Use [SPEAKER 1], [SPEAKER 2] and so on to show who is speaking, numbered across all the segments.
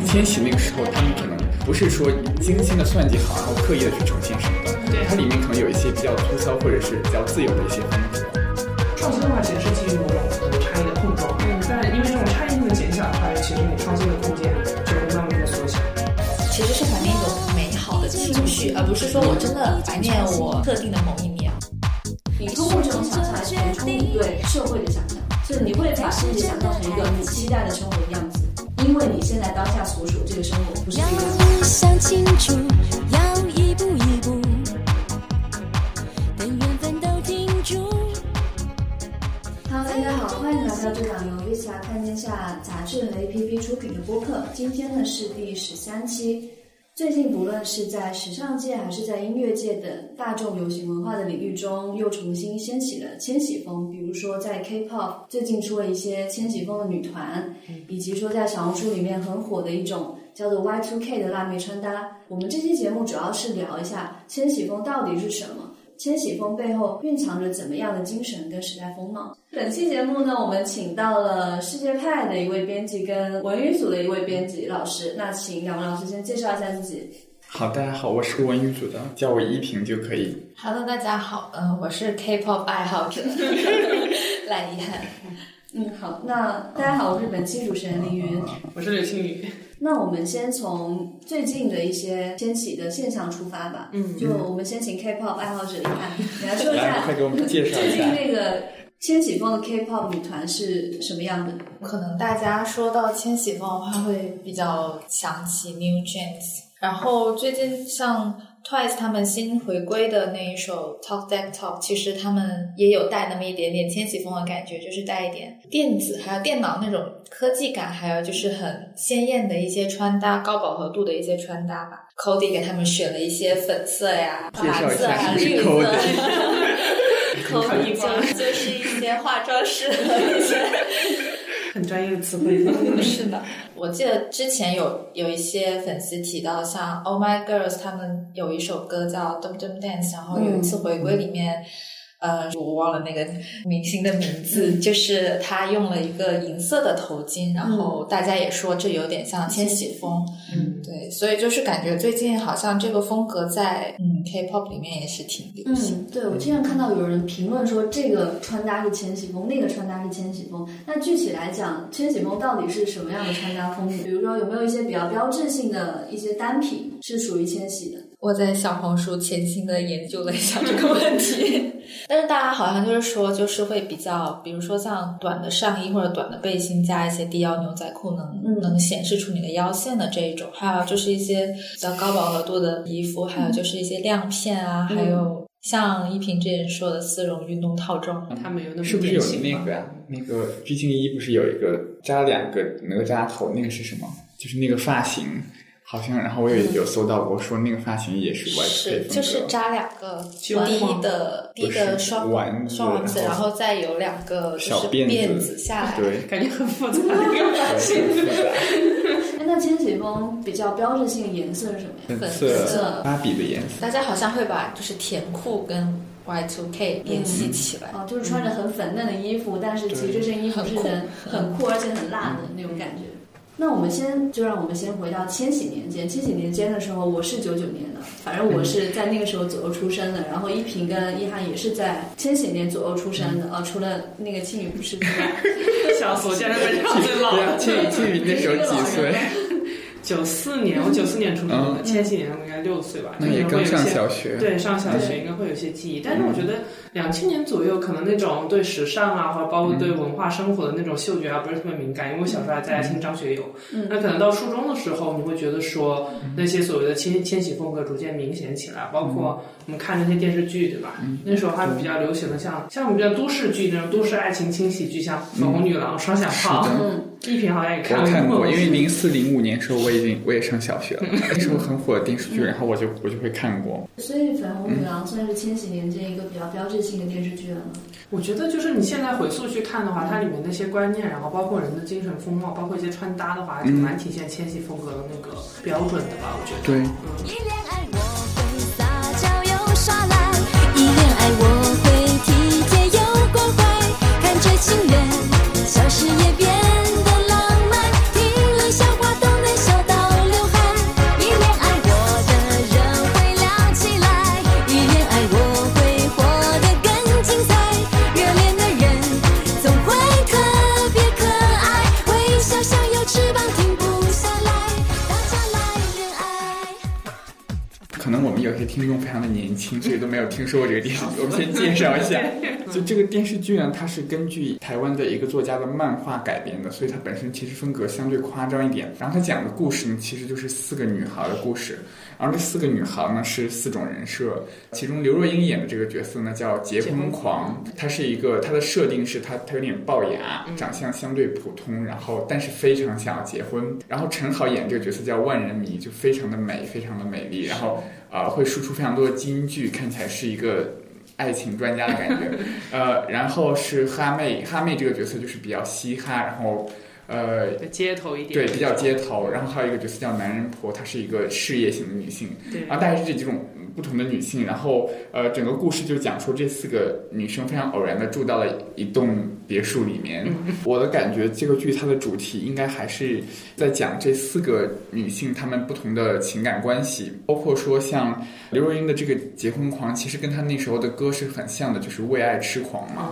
[SPEAKER 1] 易千玺那个时候，他们可能不是说精心的算计好，然后刻意的去呈现什么的，
[SPEAKER 2] 对
[SPEAKER 1] 它里面可能有一些比较粗糙或者是比较自由的一些风格。
[SPEAKER 2] 创新的话，其实是基于某种很多差异的碰撞。嗯，但因为这种差异性的减小的话，其实你创新的空间就会慢慢的缩小。
[SPEAKER 3] 其实是怀念一种美好的情绪，而不是说我真的怀念我特定的某一面。
[SPEAKER 4] 你通过这种想象来填充你对社会的想象，就是你会把世界想象成一个你期待的生活的样子，因为你现在当下所处这个生活不是这
[SPEAKER 5] 要
[SPEAKER 4] 个样子。
[SPEAKER 5] 想清楚，要一步一步，等缘分都停住。
[SPEAKER 4] Hello，大家好，欢迎来到这档由 Visa 看天下杂志和 APP 出品的播客。今天呢是第十三期。最近不论是在时尚界还是在音乐界等大众流行文化的领域中，又重新掀起了千禧风。比如说在 K-pop 最近出了一些千禧风的女团，以及说在小红书里面很火的一种叫做 Y2K 的辣妹穿搭。我们这期节目主要是聊一下千禧风到底是什么。千禧风背后蕴藏着怎么样的精神跟时代风貌？本期节目呢，我们请到了世界派的一位编辑跟文娱组的一位编辑老师。那请两位老师先介绍一下自己。
[SPEAKER 1] 好，大家好，我是文娱组的，叫我依萍就可以。
[SPEAKER 3] Hello，大家好，
[SPEAKER 6] 呃
[SPEAKER 3] 嗯、我是 K-pop 爱好者赖依涵。
[SPEAKER 4] 嗯，好，那大家好，我是本期主持人凌云。
[SPEAKER 2] 我是刘青宇，
[SPEAKER 4] 那我们先从最近的一些掀起的现象出发吧。嗯，就我们先请 K-pop 爱好者一看，你来说一
[SPEAKER 1] 来，
[SPEAKER 4] 下
[SPEAKER 1] 快给我们介绍
[SPEAKER 4] 最
[SPEAKER 1] 一
[SPEAKER 4] 近
[SPEAKER 1] 下。
[SPEAKER 4] 那个千禧风的 K-pop 女团是什么样的？
[SPEAKER 6] 可能大家说到千禧风的话，会比较想起 New Jeans。然后最近像 Twice 他们新回归的那一首 Talk That Talk，其实他们也有带那么一点点千禧风的感觉，就是带一点电子还有电脑那种科技感，还有就是很鲜艳的一些穿搭，高饱和度的一些穿搭吧。Cody 给他们选了一些粉色呀、
[SPEAKER 1] 介绍
[SPEAKER 6] 蓝
[SPEAKER 1] 一
[SPEAKER 6] 色啊呀
[SPEAKER 1] 下、
[SPEAKER 6] 绿
[SPEAKER 1] 是
[SPEAKER 6] 色。
[SPEAKER 1] Cody
[SPEAKER 6] 口语 就是就是一些化妆师 和一些。
[SPEAKER 2] 很专业的词 汇。
[SPEAKER 6] 是的，我记得之前有有一些粉丝提到，像 Oh My Girls 他们有一首歌叫《Dum Dum Dance》，然后有一次回归里面，呃，我忘了那个 明星的名字，就是他用了一个银色的头巾，然后大家也说这有点像千禧风，
[SPEAKER 2] 嗯，
[SPEAKER 6] 对，所以就是感觉最近好像这个风格在嗯 K-pop 里面也是挺流行。
[SPEAKER 4] 嗯，对，我经常看到有人评论说这个穿搭是千禧风，那个穿搭是千禧风。那具体来讲，千禧风到底是什么样的穿搭风格？比如说有没有一些比较标志性的一些单品是属于千禧的？
[SPEAKER 6] 我在小红书潜心的研究了一下这 个问题，但是大家好像就是说，就是会比较，比如说像短的上衣或者短的背心，加一些低腰牛仔裤能，能、
[SPEAKER 4] 嗯
[SPEAKER 6] 显示出你的腰线的这一种，还有就是一些比较高饱和度的衣服，还有就是一些亮片啊，
[SPEAKER 4] 嗯
[SPEAKER 6] 还有像依萍之前说的丝绒运动套装，
[SPEAKER 2] 他们有那么
[SPEAKER 1] 是不是有
[SPEAKER 2] 典型
[SPEAKER 1] 那
[SPEAKER 2] 吗
[SPEAKER 1] 个呀、那个鞠婧祎不是有一个扎两个哪吒头，那个是什么？就是那个发型，好像。然后我有有搜到过，说那个发型也是 YK
[SPEAKER 6] 是
[SPEAKER 1] 风格。
[SPEAKER 6] 就是扎两个低
[SPEAKER 2] 揪
[SPEAKER 6] 的
[SPEAKER 1] 不
[SPEAKER 6] 低
[SPEAKER 1] 是
[SPEAKER 6] 的双
[SPEAKER 1] 丸子
[SPEAKER 6] 双丸子，
[SPEAKER 1] 然
[SPEAKER 6] 然
[SPEAKER 1] 后
[SPEAKER 6] 后再有两个就
[SPEAKER 1] 小
[SPEAKER 6] 是
[SPEAKER 1] 辫子
[SPEAKER 6] 辫子下来，
[SPEAKER 1] 对，
[SPEAKER 2] 感觉很复杂的一个表
[SPEAKER 1] 对
[SPEAKER 2] 情？
[SPEAKER 1] 很复杂
[SPEAKER 4] 哎，那千禧风比较标志性的颜色是什么呀？
[SPEAKER 1] 粉
[SPEAKER 6] 粉
[SPEAKER 1] 色
[SPEAKER 4] 色
[SPEAKER 1] 芭比的颜色。
[SPEAKER 6] 大家好像会把就是甜酷跟 Y two K 联系起来。
[SPEAKER 4] 哦，就是穿着很粉嫩的衣服，但是其实这身衣服是嗯很很酷嗯而且很辣的那种感觉。那我们先就让我们先回到千禧年间。千禧年间的时候，我是九九年的，反正我是在那个时候左右出生的。然后依萍跟一涵也是在千禧年左右出生的啊、除了那个庆宇不是之外，
[SPEAKER 2] 笑死我，竟然被绕最老
[SPEAKER 1] 对啊，
[SPEAKER 2] 了。
[SPEAKER 1] 庆庆余那时候几岁？
[SPEAKER 2] 九四年，我九四年出生的，千禧年我应该六岁吧，
[SPEAKER 1] 嗯那也
[SPEAKER 2] 就是会
[SPEAKER 1] 刚
[SPEAKER 2] 有一
[SPEAKER 1] 上
[SPEAKER 2] 些
[SPEAKER 1] 小学。
[SPEAKER 2] 对，上小学应该会有一些记忆，但是我觉得两千年左右，可能那种对时尚啊，或者包括
[SPEAKER 1] 嗯
[SPEAKER 2] 对文化生活的那种嗅觉啊，不是特别敏感。因为我小时候还在听张学友，
[SPEAKER 4] 嗯
[SPEAKER 2] 那可能到初中的时候，你会觉得说那些所谓的千千禧风格逐渐明显起来，包括
[SPEAKER 1] 嗯
[SPEAKER 2] 我们看那些电视剧，对吧？那时候还比较流行的像像我们比较都市剧那种都市爱情轻喜剧，像《粉红女郎》《双响炮
[SPEAKER 1] 嗯是》，
[SPEAKER 4] 嗯，
[SPEAKER 2] 一萍好像也
[SPEAKER 1] 我
[SPEAKER 2] 过，
[SPEAKER 1] 看过，因为零四零五年时候我已经我也上小学了，那时候很火的电视剧，然后我就我就会看过。
[SPEAKER 4] 所以《粉红女郎》算是千禧年间一个比较标志性的电视剧了吗？
[SPEAKER 2] 我觉得就是你现在回溯去看的话，
[SPEAKER 1] 嗯
[SPEAKER 2] 它里面那些观念，然后包括人的精神风貌，包括一些穿搭的话，还
[SPEAKER 1] 嗯
[SPEAKER 2] 挺蛮体现千禧风格的那个标准的吧？我觉得。嗯
[SPEAKER 1] 对，
[SPEAKER 5] 一恋爱我会撒娇又耍赖，一恋爱我会体贴又关怀，看着情人，小事也变得浪漫，听了笑话都能笑到
[SPEAKER 1] 有些听众非常的年轻，所以都没有听说过这个电视剧。我们先介绍一下，就这个电视剧呢，它是根据台湾的一个作家的漫画改编的，所以它本身其实风格相对夸张一点。然后它讲的故事呢，其实就是四个女孩的故事。然后这四个女孩呢是四种人设，其中刘若英演的这个角色呢叫结婚狂，她是一个她的设定是她她有点龅牙，长相相对普通，然后但是非常想要结婚。然后陈好演这个角色叫万人迷，就非常的美，非常的美丽，然后呃会输出非常多的金句，看起来是一个。爱情专家的感觉， 呃，然后是哈妹，哈妹这个角色就是比较嘻哈，然后，呃，
[SPEAKER 2] 街头一点，
[SPEAKER 1] 对，比较街头。然后还有一个角色叫男人婆，她是一个事业型的女性。
[SPEAKER 2] 对
[SPEAKER 1] 然后啊大概是这几种不同的女性，然后呃，整个故事就讲述这四个女生非常偶然的住到了一栋别墅里面。 我的感觉，这个剧它的主题应该还是在讲这四个女性她们不同的情感关系，包括说像刘若英的这个结婚狂，其实跟她那时候的歌是很像的，就是为爱痴狂嘛。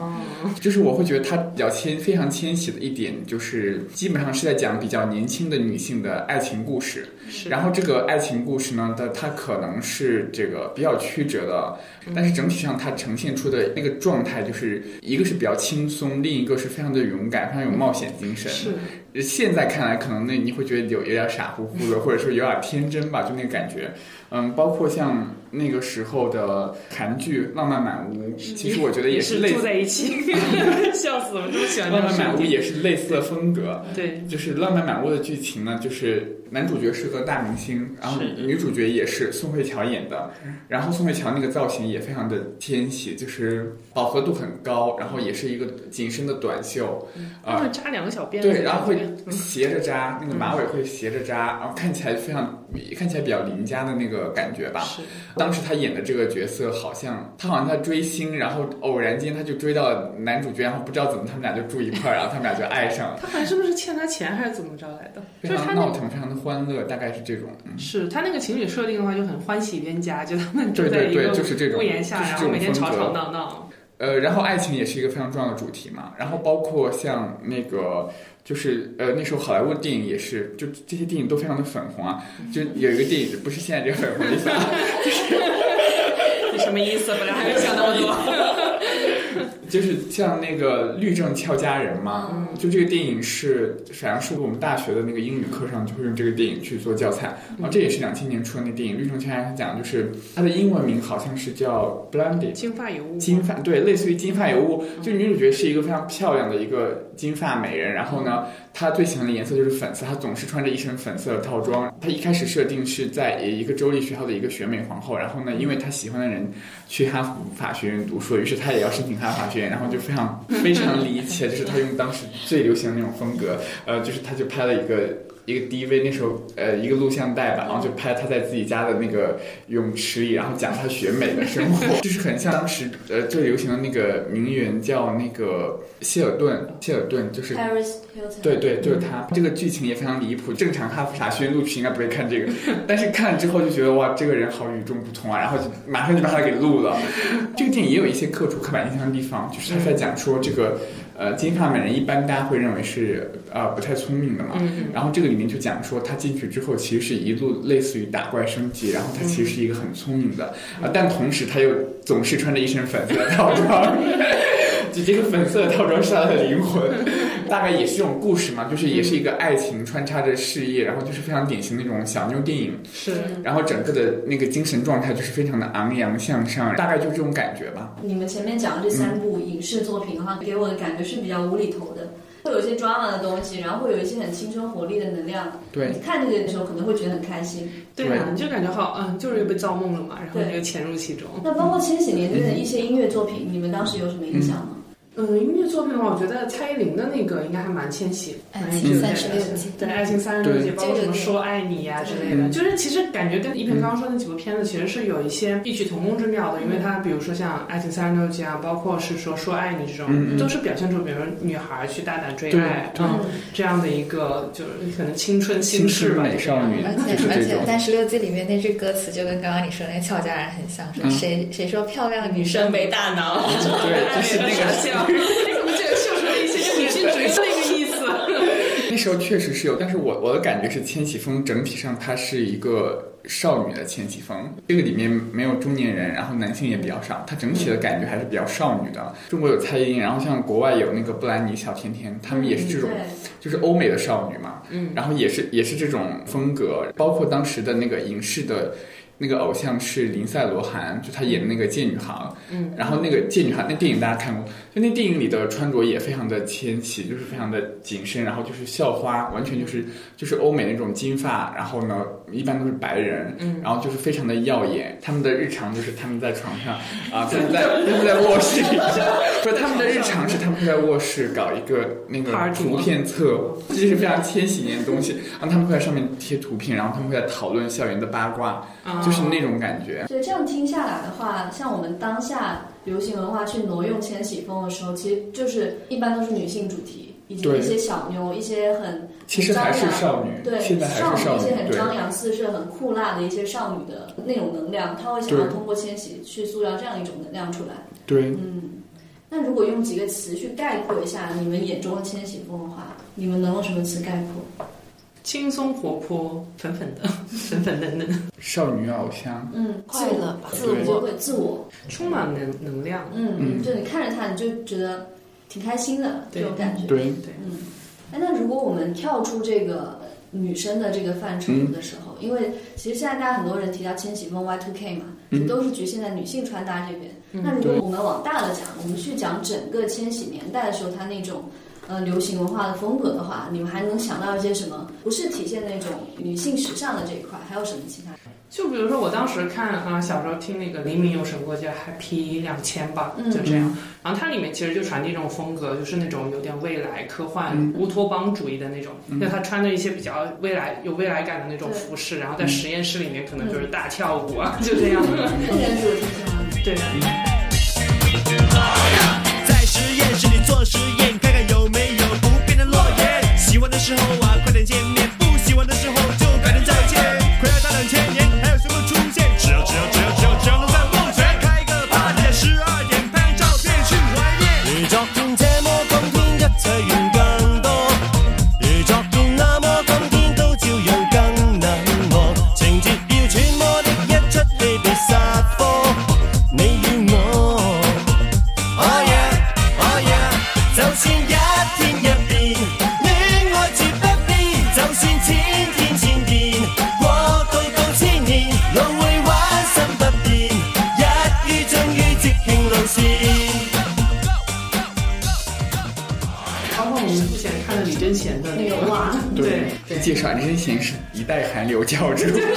[SPEAKER 2] 哦
[SPEAKER 1] 就是我会觉得它比较千非常千禧的一点，就是基本上是在讲比较年轻的女性的爱情故事。
[SPEAKER 2] 是
[SPEAKER 1] 然后这个爱情故事呢，它它可能是这个比较曲折的，但是整体上它呈现出的那个状态，就是一个是比较轻松，另一个是非常的勇敢，非常有冒险精神。呃
[SPEAKER 2] 是
[SPEAKER 1] 现在看来，可能那你会觉得有有点傻乎乎的，或者说有点天真吧，就那个感觉。嗯，包括像那个时候的韩剧《浪漫满屋》，其实我觉得也是
[SPEAKER 2] 是
[SPEAKER 1] 类
[SPEAKER 2] 住
[SPEAKER 1] 似。
[SPEAKER 2] 在一 起，笑死我，这么喜欢
[SPEAKER 1] 《
[SPEAKER 2] 这
[SPEAKER 1] 浪
[SPEAKER 2] 种
[SPEAKER 1] 漫满屋》
[SPEAKER 2] 设定。
[SPEAKER 1] 也是类似的风格，
[SPEAKER 2] 对，
[SPEAKER 1] 就是《浪漫满屋》的剧情呢，就是男主角是个大明星，然后
[SPEAKER 2] 是
[SPEAKER 1] 女主角也是宋慧乔演的，然后宋慧乔那个造型也非常的纤细，就是饱和度很高，然后也是一个紧身的短袖，
[SPEAKER 2] 嗯他
[SPEAKER 1] 啊、
[SPEAKER 2] 们扎两个小辫子，
[SPEAKER 1] 对，然后会
[SPEAKER 2] 嗯
[SPEAKER 1] 斜着扎，那个马尾会斜着扎，然后看起来非常看起来比较邻家的那个感觉吧。
[SPEAKER 2] 是
[SPEAKER 1] 当时他演的这个角色好像他好像在追星，然后偶然间他就追到了男主角，然后不知道怎么他们俩就住一块儿，然后他们俩就爱上了，
[SPEAKER 2] 他好像是不是欠他钱还是怎么着来的？
[SPEAKER 1] 非
[SPEAKER 2] 就是他
[SPEAKER 1] 常
[SPEAKER 2] 那
[SPEAKER 1] 闹腾，非常的欢乐，大概是这种。嗯，
[SPEAKER 2] 是他那个情侣设定的话，就很欢喜冤家，就他们住
[SPEAKER 1] 对
[SPEAKER 2] 在
[SPEAKER 1] 对
[SPEAKER 2] 一个
[SPEAKER 1] 对就是这种
[SPEAKER 2] 屋檐下，
[SPEAKER 1] 就是
[SPEAKER 2] 然
[SPEAKER 1] 这
[SPEAKER 2] 后
[SPEAKER 1] 种
[SPEAKER 2] 每天
[SPEAKER 1] 风
[SPEAKER 2] 吵
[SPEAKER 1] 格
[SPEAKER 2] 吵闹闹。
[SPEAKER 1] 呃，然后爱情也是一个非常重要的主题嘛，然后包括像那个。就是呃，那时候好莱坞电影也是，就这些电影都非常的粉红 啊。就有一个电影，不是现在这个粉红的意思啊，
[SPEAKER 2] 你什么意思？本来还没想那么多。
[SPEAKER 1] 就是像那个《律政俏佳人》
[SPEAKER 2] 嗯
[SPEAKER 1] 嘛，就这个电影是好像是我们大学的那个英语课上就会用这个电影去做教材，然后这也是两千年出的那电影《律政俏佳人》，讲的就是它的英文名好像是叫 Blondie。
[SPEAKER 2] 金发尤物，
[SPEAKER 1] 金发对，类似于金发尤物，就女主角是一个非常漂亮的一个金发美人，然后呢，她最喜欢的颜色就是粉色，她总是穿着一身粉色的套装。她一开始设定是在一个州立学校的一个选美皇后，然后呢，因为她喜欢的人去哈佛法学院读书，于是她也要申请哈佛法学院，然后就非常非常离奇，就是她用当时最流行的那种风格，呃，就是她就拍了一个。一个 DV 那时候，呃，一个录像带吧，然后就拍她在自己家的那个泳池里，然后讲她选美的生活， 就是很像当时呃最流行的那个名媛叫那个谢尔顿，谢尔顿就是
[SPEAKER 4] Paris Hilton，
[SPEAKER 1] 对对，就是他。这个剧情也非常离谱，正常哈佛傻学院录取应该不会看这个，但是看了之后就觉得哇，这个人好与众不同啊，然后就马上就把他给录了。 这个电影也有一些刻出刻板印象的地方，就是他在讲说这个呃金发美人一般大家会认为是呃不太聪明的嘛，然后这个里面就讲说他进去之后其实是一路类似于打怪升级，然后他其实是一个很聪明的啊、但同时他又总是穿着一身粉色的套装。 就这个粉色的套装是他的灵魂，大概也是这种故事嘛，
[SPEAKER 6] 嗯
[SPEAKER 1] 就是也是一个爱情穿插着事业，然后就是非常典型的那种小妞电影，
[SPEAKER 2] 是
[SPEAKER 6] 嗯
[SPEAKER 1] 然后整个的那个精神状态就是非常的昂扬向上，大概就是这种感觉吧。
[SPEAKER 4] 你们前面讲的这
[SPEAKER 1] 嗯
[SPEAKER 4] 三部影视作品哈，给我的感觉是比较无厘头的，会有一些 drama 的东西，然后会有一些很青春活力的能量。
[SPEAKER 1] 对
[SPEAKER 4] 你看这个的时候可能会觉得很开心。
[SPEAKER 2] 对啊，你就感觉好，嗯，就是被造梦了嘛，然后你就潜入其中。
[SPEAKER 4] 那包括千禧年代的一些音乐作品，你们当时有什么影响吗？
[SPEAKER 2] 嗯，音乐作品的话，我觉得蔡依林的那个应该还蛮千禧，
[SPEAKER 6] 爱
[SPEAKER 2] 蛮
[SPEAKER 6] 情
[SPEAKER 2] 有
[SPEAKER 6] 三
[SPEAKER 2] 年
[SPEAKER 6] 十
[SPEAKER 2] 代
[SPEAKER 6] 六
[SPEAKER 2] 的
[SPEAKER 6] 计
[SPEAKER 2] 对《爱情三十六计》，
[SPEAKER 6] 对
[SPEAKER 2] 包括什么
[SPEAKER 6] 这个
[SPEAKER 2] 《说爱你》呀之类的，
[SPEAKER 1] 嗯
[SPEAKER 2] 就是其实感觉跟一平刚刚说那几部片子其实是有一些异曲同工之妙的，因为它比如说像《爱情三十六计》啊，包括是说《说爱你》
[SPEAKER 1] 嗯
[SPEAKER 2] 这种，
[SPEAKER 1] 嗯
[SPEAKER 2] 都是表现出比如女孩去大胆追
[SPEAKER 1] 对
[SPEAKER 2] 爱，
[SPEAKER 1] 对
[SPEAKER 2] 嗯，这样的一个就是可能青春心
[SPEAKER 1] 青
[SPEAKER 2] 事
[SPEAKER 1] 春
[SPEAKER 2] 吧，
[SPEAKER 1] 美少女
[SPEAKER 6] 而
[SPEAKER 1] 就
[SPEAKER 6] 且
[SPEAKER 1] 是
[SPEAKER 6] 而
[SPEAKER 1] 这
[SPEAKER 6] 且
[SPEAKER 1] 种，
[SPEAKER 6] 三十六计里面那句歌词就跟刚刚你说那个俏佳人很像，是
[SPEAKER 1] 嗯
[SPEAKER 6] 谁谁说漂亮女生
[SPEAKER 3] 真没大脑。
[SPEAKER 1] 对， 就是那个
[SPEAKER 2] 笑，怎么这个秀出了一些女性主义的那个意思？
[SPEAKER 1] 那时候确实是有，但是我我的感觉是千禧风整体上它是一个少女的千禧风，这个里面没有中年人，然后男性也比较少，它整体的感觉还是比较少女的。中国有蔡依林，然后像国外有那个布兰妮、小甜甜，他们也是这种
[SPEAKER 4] 对，
[SPEAKER 1] 就是欧美的少女嘛，
[SPEAKER 2] 嗯，
[SPEAKER 1] 然后也是也是这种风格，包括当时的那个影视的。那个偶像是林赛罗韩，就她演的那个《贱女行》，
[SPEAKER 2] 嗯，
[SPEAKER 1] 然后那个《贱女行》那电影大家看过，就那电影里的穿着也非常的纤细，就是非常的紧身，然后就是校花，完全就是就是欧美那种金发，然后呢一般都是白人，
[SPEAKER 2] 嗯
[SPEAKER 1] 然后就是非常的耀眼，他们的日常就是他们在床上 啊，他们在他们在卧室里，不是他们的日常是他们会在卧室搞一个那个
[SPEAKER 2] Party
[SPEAKER 4] 啊
[SPEAKER 1] 图片册，这是非常千禧年的东西，然后他们会在上面贴图片，然后他们会在讨论校园的八卦，
[SPEAKER 4] 哦
[SPEAKER 2] 啊
[SPEAKER 1] 就是那种感觉。
[SPEAKER 4] 所以这样听下来的话，像我们当下流行文化去挪用千禧风的时候，其实就是一般都是女性主题，以及
[SPEAKER 1] 对
[SPEAKER 4] 一些小妞，一些很
[SPEAKER 1] 其实还是少女，
[SPEAKER 4] 对
[SPEAKER 1] 现在还是
[SPEAKER 4] 女，一些
[SPEAKER 1] 女，
[SPEAKER 4] 很
[SPEAKER 1] 对。
[SPEAKER 4] 张扬四射、很酷辣的一些少女的那种能量，她会想要通过千禧去塑造这样一种能量出来。
[SPEAKER 1] 对，
[SPEAKER 4] 嗯，那如果用几个词去概括一下你们眼中的千禧风的话，你们能用什么词概括？
[SPEAKER 2] 轻松活泼，粉粉 的，粉粉嫩嫩，
[SPEAKER 1] 少女偶像，
[SPEAKER 4] 嗯，
[SPEAKER 6] 快乐吧
[SPEAKER 4] 自我，对自我。
[SPEAKER 2] 充满能能量。
[SPEAKER 4] 嗯，
[SPEAKER 1] 嗯
[SPEAKER 4] 就你看着他，你就觉得挺开心的这
[SPEAKER 2] 对
[SPEAKER 4] 种感觉。
[SPEAKER 1] 对，
[SPEAKER 2] 对，
[SPEAKER 4] 嗯，哎，那如果我们跳出这个女生的这个范畴的时候，因为其实现在大家很多人提到千禧风 Y two K 嘛，
[SPEAKER 1] 嗯
[SPEAKER 4] 就都是局限在女性穿搭这边。
[SPEAKER 2] 嗯
[SPEAKER 4] 那如果
[SPEAKER 1] 对
[SPEAKER 4] 我们往大了讲，我们去讲整个千禧年代的时候，它那种。呃，流行文化的风格的话，你们还能想到一些什么？不是体现那种女性时尚的这一块，还有什么其他？
[SPEAKER 2] 就比如说我当时看啊、小时候听那个黎明有首歌叫《Happy 两千》吧，
[SPEAKER 4] 嗯
[SPEAKER 2] 就这样。然后它里面其实就传递一种风格，就是那种有点未来科幻、
[SPEAKER 1] 嗯
[SPEAKER 2] 乌托邦主义的那种。因为他穿着一些比较未来、有未来感的那种
[SPEAKER 4] 嗯对嗯
[SPEAKER 2] 服饰，然后在实验室里面可能就是大跳舞啊，就这样。
[SPEAKER 4] 个人主题上，
[SPEAKER 2] 对，
[SPEAKER 4] 嗯
[SPEAKER 7] 在实验室里做实验，看看有没有不变的诺言。喜欢的时候啊，快点见面；不喜欢的时候就改天再见。快要到两千年，还有谁会出现？只要只要只要只要只要能在梦前开个 party，在十二点拍照片去怀念。如昨天这么今天，一切願更多。如昨天那麼今天都照樣更冷漠。情節要揣摩的一出戲被殺科，你與我。Oh yeah, oh yeah，就算一天一變，戀愛絕不變。就算千天千變，過渡到千年，路會彎心不變，一於忠於節慶路線。
[SPEAKER 2] 包括我们之前看的李贞贤的那
[SPEAKER 4] 那
[SPEAKER 2] 个
[SPEAKER 4] 个哇，
[SPEAKER 2] 对，
[SPEAKER 1] 这介绍任贤是一代韩流教主，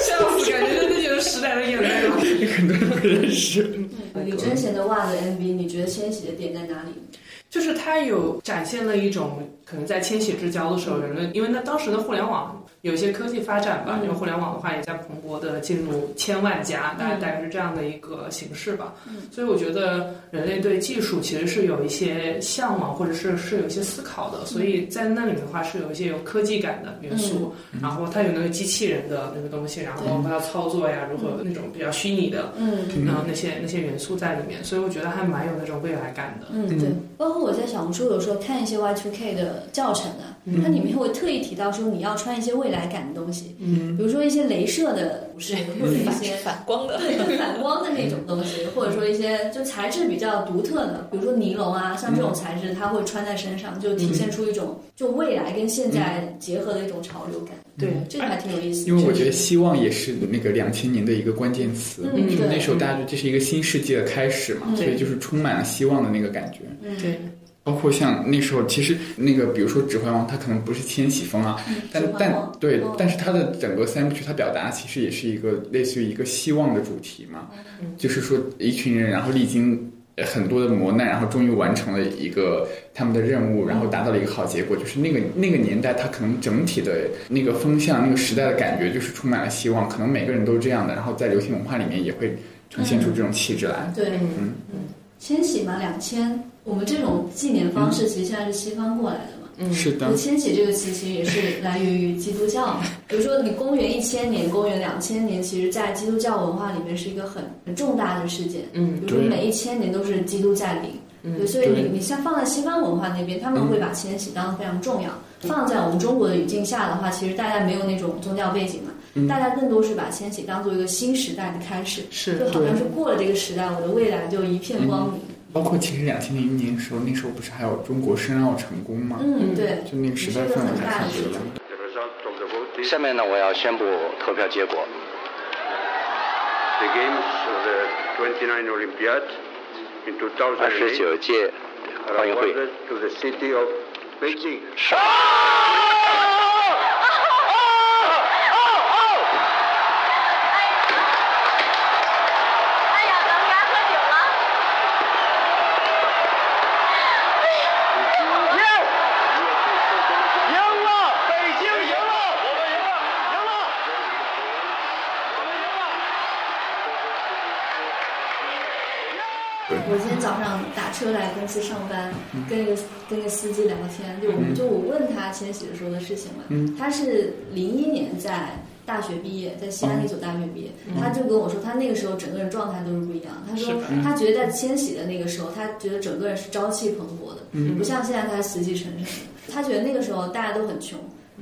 [SPEAKER 2] 笑死，感觉真的就是时代的眼泪了。
[SPEAKER 1] 很多人不认识。
[SPEAKER 4] 李贞贤的袜的 MV，你觉得千禧的点在哪里？
[SPEAKER 2] 就是它有展现了一种可能在千禧之交的时候，人类因为那当时的互联网有一些科技发展吧，因为互联网的话也在蓬勃的进入千万家，大概大概是这样的一个形式吧。所以我觉得人类对技术其实是有一些向往，或者是是有一些思考的，所以在那里面的话是有一些有科技感的元素，然后它有那个机器人的那个东西，然后包括它的操作呀，如何那种比较虚拟的，
[SPEAKER 4] 嗯，
[SPEAKER 2] 然后那些那些元素在里面，所以我觉得还蛮有那种未来感的。
[SPEAKER 4] 嗯，对，包括我在小红书有时候看一些 Y2K 的教程啊，
[SPEAKER 2] 嗯
[SPEAKER 4] 它里面会特意提到说你要穿一些未来感的东西，
[SPEAKER 2] 嗯，
[SPEAKER 4] 比如说一些镭射的服饰，或者一些
[SPEAKER 6] 反光的，
[SPEAKER 4] 对反光的那种东西，或者说一些就材质比较独特的，比如说尼龙啊，像这种材质它会穿在身上，就体现出一
[SPEAKER 1] 嗯
[SPEAKER 4] 种就未来跟现在结合的一种潮流感，
[SPEAKER 2] 对，
[SPEAKER 4] 这个还挺有意思
[SPEAKER 1] 哎
[SPEAKER 4] 的。
[SPEAKER 1] 因为我觉得希望也是那个两千年的一个关键词，
[SPEAKER 4] 嗯
[SPEAKER 1] 就是
[SPEAKER 4] 对
[SPEAKER 1] 那时候大家觉得这是一个新世界的开始嘛，
[SPEAKER 4] 嗯
[SPEAKER 1] 所以就是充满了希望的那个感觉。
[SPEAKER 4] 嗯，
[SPEAKER 2] 对，
[SPEAKER 1] 包括像那时候，其实那个比如说《指环王》，它可能不是千禧风啊，
[SPEAKER 4] 嗯
[SPEAKER 1] 但
[SPEAKER 4] 指环
[SPEAKER 1] 但
[SPEAKER 4] 王
[SPEAKER 1] 对
[SPEAKER 4] 嗯，
[SPEAKER 1] 但是它的整个三部曲，它表达其实也是一个类似于一个希望的主题嘛，
[SPEAKER 4] 嗯
[SPEAKER 1] 就是说一群人然后历经很多的磨难，然后终于完成了一个他们的任务，然后达到了一个好结果。就是那个那个年代，它可能整体的那个风向、那个时代的感觉，就是充满了希望。可能每个人都这样的，然后在流行文化里面也会呈现出这种气质来。
[SPEAKER 4] 对，
[SPEAKER 1] 嗯
[SPEAKER 4] 千禧嘛，两千，我们这种纪年方式其实现在是西方过来的嘛。
[SPEAKER 2] 嗯
[SPEAKER 1] 是的
[SPEAKER 4] 那，千禧这个词其实也是来源于基督教，比如说你公元一千年、公元两千年，其实在基督教文化里面是一个很很重大的事件。
[SPEAKER 2] 嗯
[SPEAKER 4] 比如说
[SPEAKER 1] 对
[SPEAKER 4] 每一千年都是基督占领，
[SPEAKER 2] 嗯
[SPEAKER 4] 对，所以你
[SPEAKER 1] 对
[SPEAKER 4] 你像放在西方文化那边，他们会把千禧当得非常重要，放在我们中国的语境下的话，其实大家没有那种宗教背景嘛，大家更多是把千禧当做一个新时代的开始，
[SPEAKER 2] 是
[SPEAKER 4] 就好像
[SPEAKER 1] 对
[SPEAKER 4] 是过了这个时代，我的未来就一片光明。
[SPEAKER 1] 包括其实两千零一年的时候，那时候不是还有中国申奥成功吗？
[SPEAKER 4] 嗯，对，
[SPEAKER 1] 就那个时代氛围还是不一样的。
[SPEAKER 8] 下面呢，我要宣布投票结果。
[SPEAKER 9] the games of the 29 Olympiad in
[SPEAKER 8] 二十
[SPEAKER 9] 2008
[SPEAKER 8] 九届
[SPEAKER 9] are
[SPEAKER 8] 奥运会
[SPEAKER 9] awarded to the city of Beijing.
[SPEAKER 5] 哎呀，咱们该喝酒了。
[SPEAKER 4] 我今天早上打车来公司上班，跟一个跟一个司机聊天，就我们就我问他千玺的时候的事情嘛，
[SPEAKER 1] 嗯
[SPEAKER 4] 他是零一年在大学毕业，在西安那所大学毕业，他就跟我说他那个时候整个人状态都是不一样，他说他觉得在千玺的那个时候，他觉得整个人是朝气蓬勃的，不像现在他死气沉沉的，他觉得那个时候大家都很穷。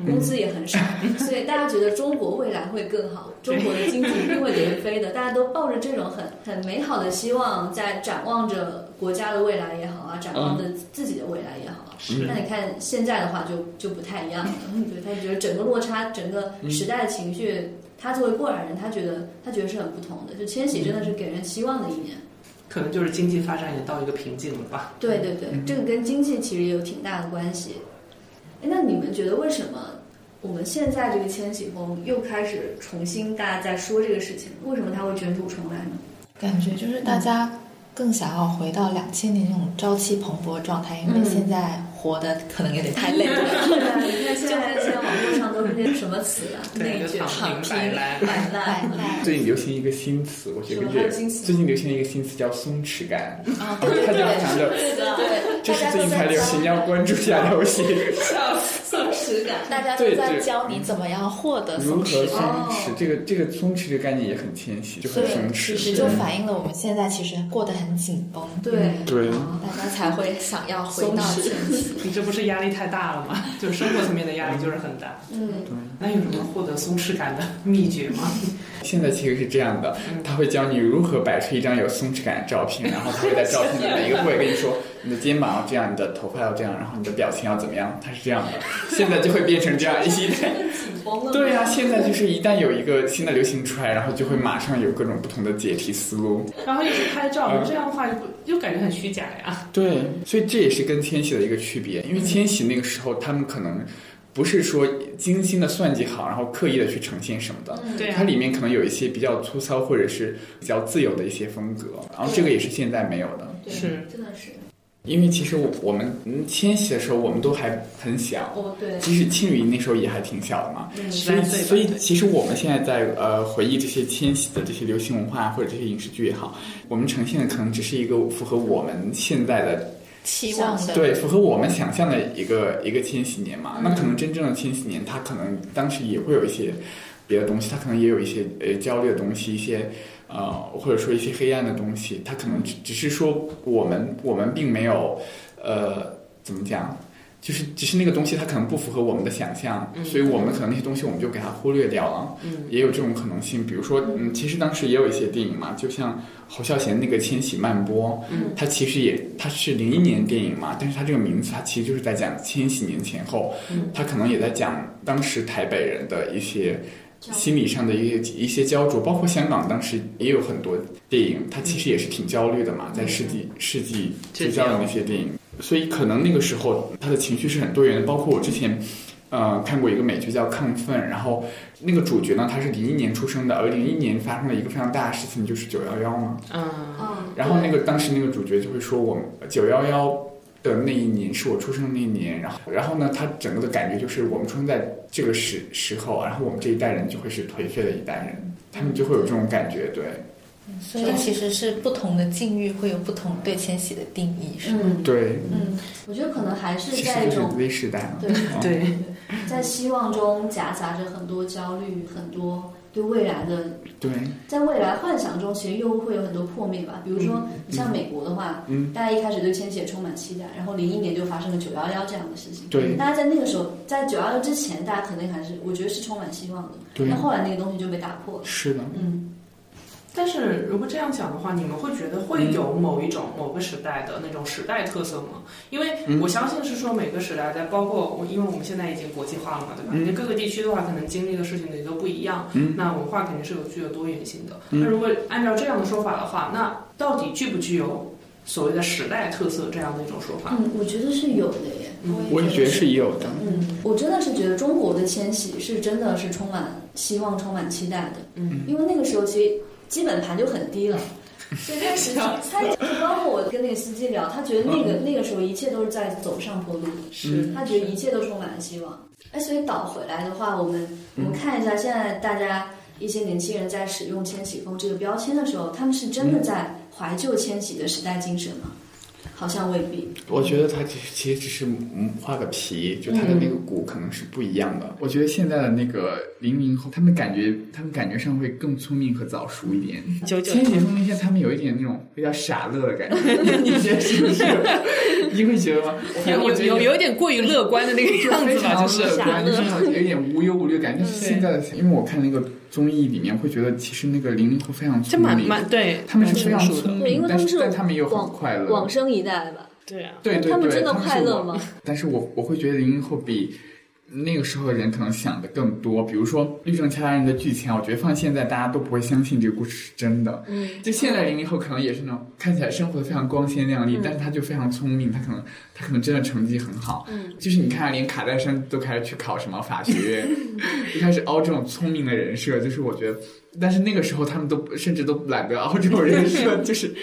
[SPEAKER 4] 工资也很少， 所以大家觉得中国未来会更好，中国的经济一定会连飞的。大家都抱着这种很很美好的希望，在展望着国家的未来也好啊，展望着自己的未来也好啊。那你看现在的话就，就不太一样了。 对，他觉得整个落差，整个时代的情绪，他作为过来人，他觉得他觉得是很不同的。就千玺真的是给人希望的一年。
[SPEAKER 2] 可能就是经济发展也到一个瓶颈了 吧。
[SPEAKER 4] 对对对，
[SPEAKER 1] 嗯
[SPEAKER 4] 这个跟经济其实也有挺大的关系。哎，那你们觉得为什么我们现在这个千禧风又开始重新大家在说这个事情？为什么它会卷土重来呢？
[SPEAKER 6] 感觉就是大家更想要回到两千年那种朝气蓬勃的状态，因为
[SPEAKER 4] 嗯
[SPEAKER 6] 现在活的可能有点太累 了。
[SPEAKER 4] 对啊，你看现在现在网络上都是那些什么词啊，
[SPEAKER 2] 对
[SPEAKER 4] 内
[SPEAKER 2] 就
[SPEAKER 4] 卷、
[SPEAKER 2] 躺平
[SPEAKER 4] 躺平、
[SPEAKER 2] 摆烂
[SPEAKER 4] 摆烂。
[SPEAKER 6] 摆烂嗯
[SPEAKER 1] 最近流行一个新词，我觉得
[SPEAKER 4] 什么
[SPEAKER 1] 也
[SPEAKER 4] 还有新词
[SPEAKER 1] 最近流行一个新词叫松弛感，
[SPEAKER 6] 啊，
[SPEAKER 1] 他
[SPEAKER 6] 对对
[SPEAKER 1] 就
[SPEAKER 6] 对，
[SPEAKER 1] 想着
[SPEAKER 4] 对的， 对，
[SPEAKER 1] 这
[SPEAKER 4] 大
[SPEAKER 1] 是
[SPEAKER 4] 家
[SPEAKER 1] 最
[SPEAKER 4] 都
[SPEAKER 1] 近才
[SPEAKER 4] 在
[SPEAKER 1] 流行，要关注一下流行，
[SPEAKER 4] 松弛感。
[SPEAKER 6] 大家
[SPEAKER 1] 对
[SPEAKER 6] 都在
[SPEAKER 1] 对
[SPEAKER 6] 教你怎么样获得
[SPEAKER 1] 如
[SPEAKER 6] 松
[SPEAKER 1] 何
[SPEAKER 6] 弛
[SPEAKER 1] 松
[SPEAKER 6] 感。
[SPEAKER 1] 弛？这个这个松弛的概念也很谦虚，就很松
[SPEAKER 6] 对，其实
[SPEAKER 1] 弛。
[SPEAKER 6] 就反映了我们现在其实过得很紧绷，嗯
[SPEAKER 4] 对
[SPEAKER 1] 对
[SPEAKER 6] 大家才会想要回到
[SPEAKER 4] 松弛
[SPEAKER 6] 前期。
[SPEAKER 2] 你这不是压力太大了 吗？就是生活层面的压力就是很大。
[SPEAKER 4] 嗯，
[SPEAKER 2] 那有什么获得松弛感的秘诀吗？
[SPEAKER 1] 现在其实是这样的，
[SPEAKER 6] 嗯
[SPEAKER 1] 他会教你如何摆出一张有松弛感的照片，然后他会在照片的每一个部位跟你说，你的肩膀要这样，你的头发要这样，然后你的表情要怎么样，他是这样的。现在就会变成这样一 系列。
[SPEAKER 4] 疯了。
[SPEAKER 1] 对呀、啊现在就是一旦有一个新的流行出来，然后就会马上有各种不同的解题思路。
[SPEAKER 2] 然后又是拍照，
[SPEAKER 1] 嗯
[SPEAKER 2] 这样的话又不又感觉很虚假呀。
[SPEAKER 1] 对，所以这也是跟千玺的一个区别，
[SPEAKER 2] 嗯
[SPEAKER 1] 因为千玺那个时候他们可能不是说精心的算计好，然后刻意的去呈现什么的，
[SPEAKER 2] 对啊
[SPEAKER 1] 它里面可能有一些比较粗糙或者是比较自由的一些风格，然后这个也是现在没有的。
[SPEAKER 4] 对
[SPEAKER 2] 是
[SPEAKER 4] 真的是，
[SPEAKER 1] 因为其实我我们嗯千玺的时候，我们都还很小，
[SPEAKER 4] 哦对，
[SPEAKER 1] 即使庆余那时候也还挺小的嘛，所以，
[SPEAKER 2] 嗯13岁吧
[SPEAKER 1] 所以其实我们现在在呃回忆这些千禧的这些流行文化或者这些影视剧也好，我们呈现的可能只是一个符合我们现在的
[SPEAKER 6] 期望的
[SPEAKER 1] 对符合我们想象的一个一个千禧年嘛。那可能真正的千禧年，它可能当时也会有一些别的东西，它可能也有一些呃焦虑的东西，一些呃或者说一些黑暗的东西，它可能只只是说我们我们并没有呃怎么讲，就是只是那个东西它可能不符合我们的想象，所以我们可能那些东西我们就给它忽略掉了，也有这种可能性。比如说，嗯，其实当时也有一些电影嘛，就像侯孝贤那个《千禧慢播》，它其实也它是零一年电影嘛，但是它这个名字它其实就是在讲千禧年前后，它可能也在讲当时台北人的一些。心理上的一些一些焦灼，包括香港当时也有很多电影，它其实也是挺焦虑的嘛，在世纪世纪之交的那些电影，所以可能那个时候他的情绪是很多元的。包括我之前，呃，看过一个美剧叫《亢奋》，然后那个主角呢，他是零一年出生的，而零一年发生了一个非常大的事情，就是九幺幺嘛。
[SPEAKER 2] 嗯，
[SPEAKER 4] 嗯，
[SPEAKER 1] 然后那个当时那个主角就会说，我九幺幺的那一年是我出生的那一年，然后然后呢，他整个的感觉就是我们出生在这个时时候，然后我们这一代人就会是颓废的一代人，他们就会有这种感觉，对。
[SPEAKER 6] 所以其实是不同的境遇会有不同对千玺的定义，是吗？
[SPEAKER 4] 嗯
[SPEAKER 1] 对，
[SPEAKER 4] 嗯，我觉得可能还是
[SPEAKER 1] 其
[SPEAKER 4] 在
[SPEAKER 1] 实就
[SPEAKER 4] 一
[SPEAKER 1] 是
[SPEAKER 4] 种
[SPEAKER 1] Z 时代嘛。
[SPEAKER 4] 对
[SPEAKER 1] 嗯
[SPEAKER 2] 对，
[SPEAKER 4] 在希望中夹杂着很多焦虑，很多对未来的
[SPEAKER 1] 对，
[SPEAKER 4] 在未来幻想中，其实又会有很多破灭吧。比如说，像美国的话，
[SPEAKER 1] 嗯
[SPEAKER 4] 大家一开始对千禧也充满期待，然后零一年就发生了九幺幺这样的事情。
[SPEAKER 1] 对
[SPEAKER 4] 大家在那个时候，在九幺幺之前，大家肯定还是我觉得是充满希望的。
[SPEAKER 1] 对
[SPEAKER 4] 但后来那个东西就被打破了。
[SPEAKER 1] 是的，
[SPEAKER 4] 嗯，
[SPEAKER 2] 但是如果这样讲的话，你们会觉得会有某一种某个时代的那种时代特色吗？因为
[SPEAKER 1] 嗯
[SPEAKER 2] 我相信是说每个时代在，包括我，因为我们现在已经国际化了嘛，对吧？
[SPEAKER 1] 嗯
[SPEAKER 2] 你各个地区的话，可能经历的事情也都不一样，
[SPEAKER 1] 嗯
[SPEAKER 2] 那文化肯定是有具有多元性的。那如果按照这样的说法的话，那到底具不具有所谓的时代特色这样的一种说法？
[SPEAKER 4] 嗯，我觉得是有的耶。
[SPEAKER 1] 我也觉得是有的。
[SPEAKER 4] 嗯，我真的是觉得中国的千禧是真的是充满希望、充满期待的。
[SPEAKER 2] 嗯，
[SPEAKER 4] 因为那个时候其实基本盘就很 低了。所以当时他包括我跟那个司机聊，他觉得那个那个时候一切都是在走上坡路的，
[SPEAKER 2] 嗯是
[SPEAKER 4] 他觉得一切都充满了希望。哎，所以倒回来的话，我们我们看一下现在大家一些年轻人在使用“千禧风”这个标签的时候，他们是真
[SPEAKER 2] 嗯
[SPEAKER 4] 的在怀旧千禧的时代精神吗？好像未必。
[SPEAKER 1] 我觉得它其实其实只是嗯画个皮，就它的那个骨可能是不一样的。我觉得现在的那个零零后，他们感觉他们感觉上会更聪明和早熟一点。
[SPEAKER 10] 嗯
[SPEAKER 2] 九
[SPEAKER 1] 千禧风那些，他们有一点那种比较傻乐的感觉，你觉得是不 是？你会觉得吗？我觉得
[SPEAKER 10] 有点过于乐观的那个样
[SPEAKER 1] 非
[SPEAKER 10] 子吧，
[SPEAKER 1] 常
[SPEAKER 10] 就是
[SPEAKER 1] 乐观，就是有一点无忧无虑感。但是现在，因为我看那个综艺里面，会觉得其实那个零零后非常
[SPEAKER 10] 这
[SPEAKER 1] 聪
[SPEAKER 10] 蛮
[SPEAKER 1] 明，
[SPEAKER 10] 蛮对，
[SPEAKER 1] 他们是
[SPEAKER 10] 蛮
[SPEAKER 1] 非常
[SPEAKER 10] 成熟
[SPEAKER 1] 聪
[SPEAKER 10] 的，
[SPEAKER 1] 明，但是但他们又很
[SPEAKER 4] 往
[SPEAKER 1] 快乐，
[SPEAKER 4] 往生一代吧，
[SPEAKER 10] 对啊，
[SPEAKER 1] 对对对，
[SPEAKER 4] 他们真的
[SPEAKER 1] 他们是
[SPEAKER 4] 快乐
[SPEAKER 1] 我
[SPEAKER 4] 吗？
[SPEAKER 1] 但是我我会觉得零零后比那个时候的人可能想的更多。比如说《律政恰恰人》的剧情啊，我觉得放现在大家都不会相信这个故事是真的。嗯，就现在零零后可能也是那种看起来生活的非常光鲜亮丽，
[SPEAKER 6] 嗯
[SPEAKER 1] 但是他就非常聪明，他可能他可能真的成绩很好。嗯，就是你看，连卡戴珊都开始去考什么法学 院，就开始凹这种聪明的人设，就是我觉得。但是那个时候，他们都甚至都懒得凹这种人 设，就是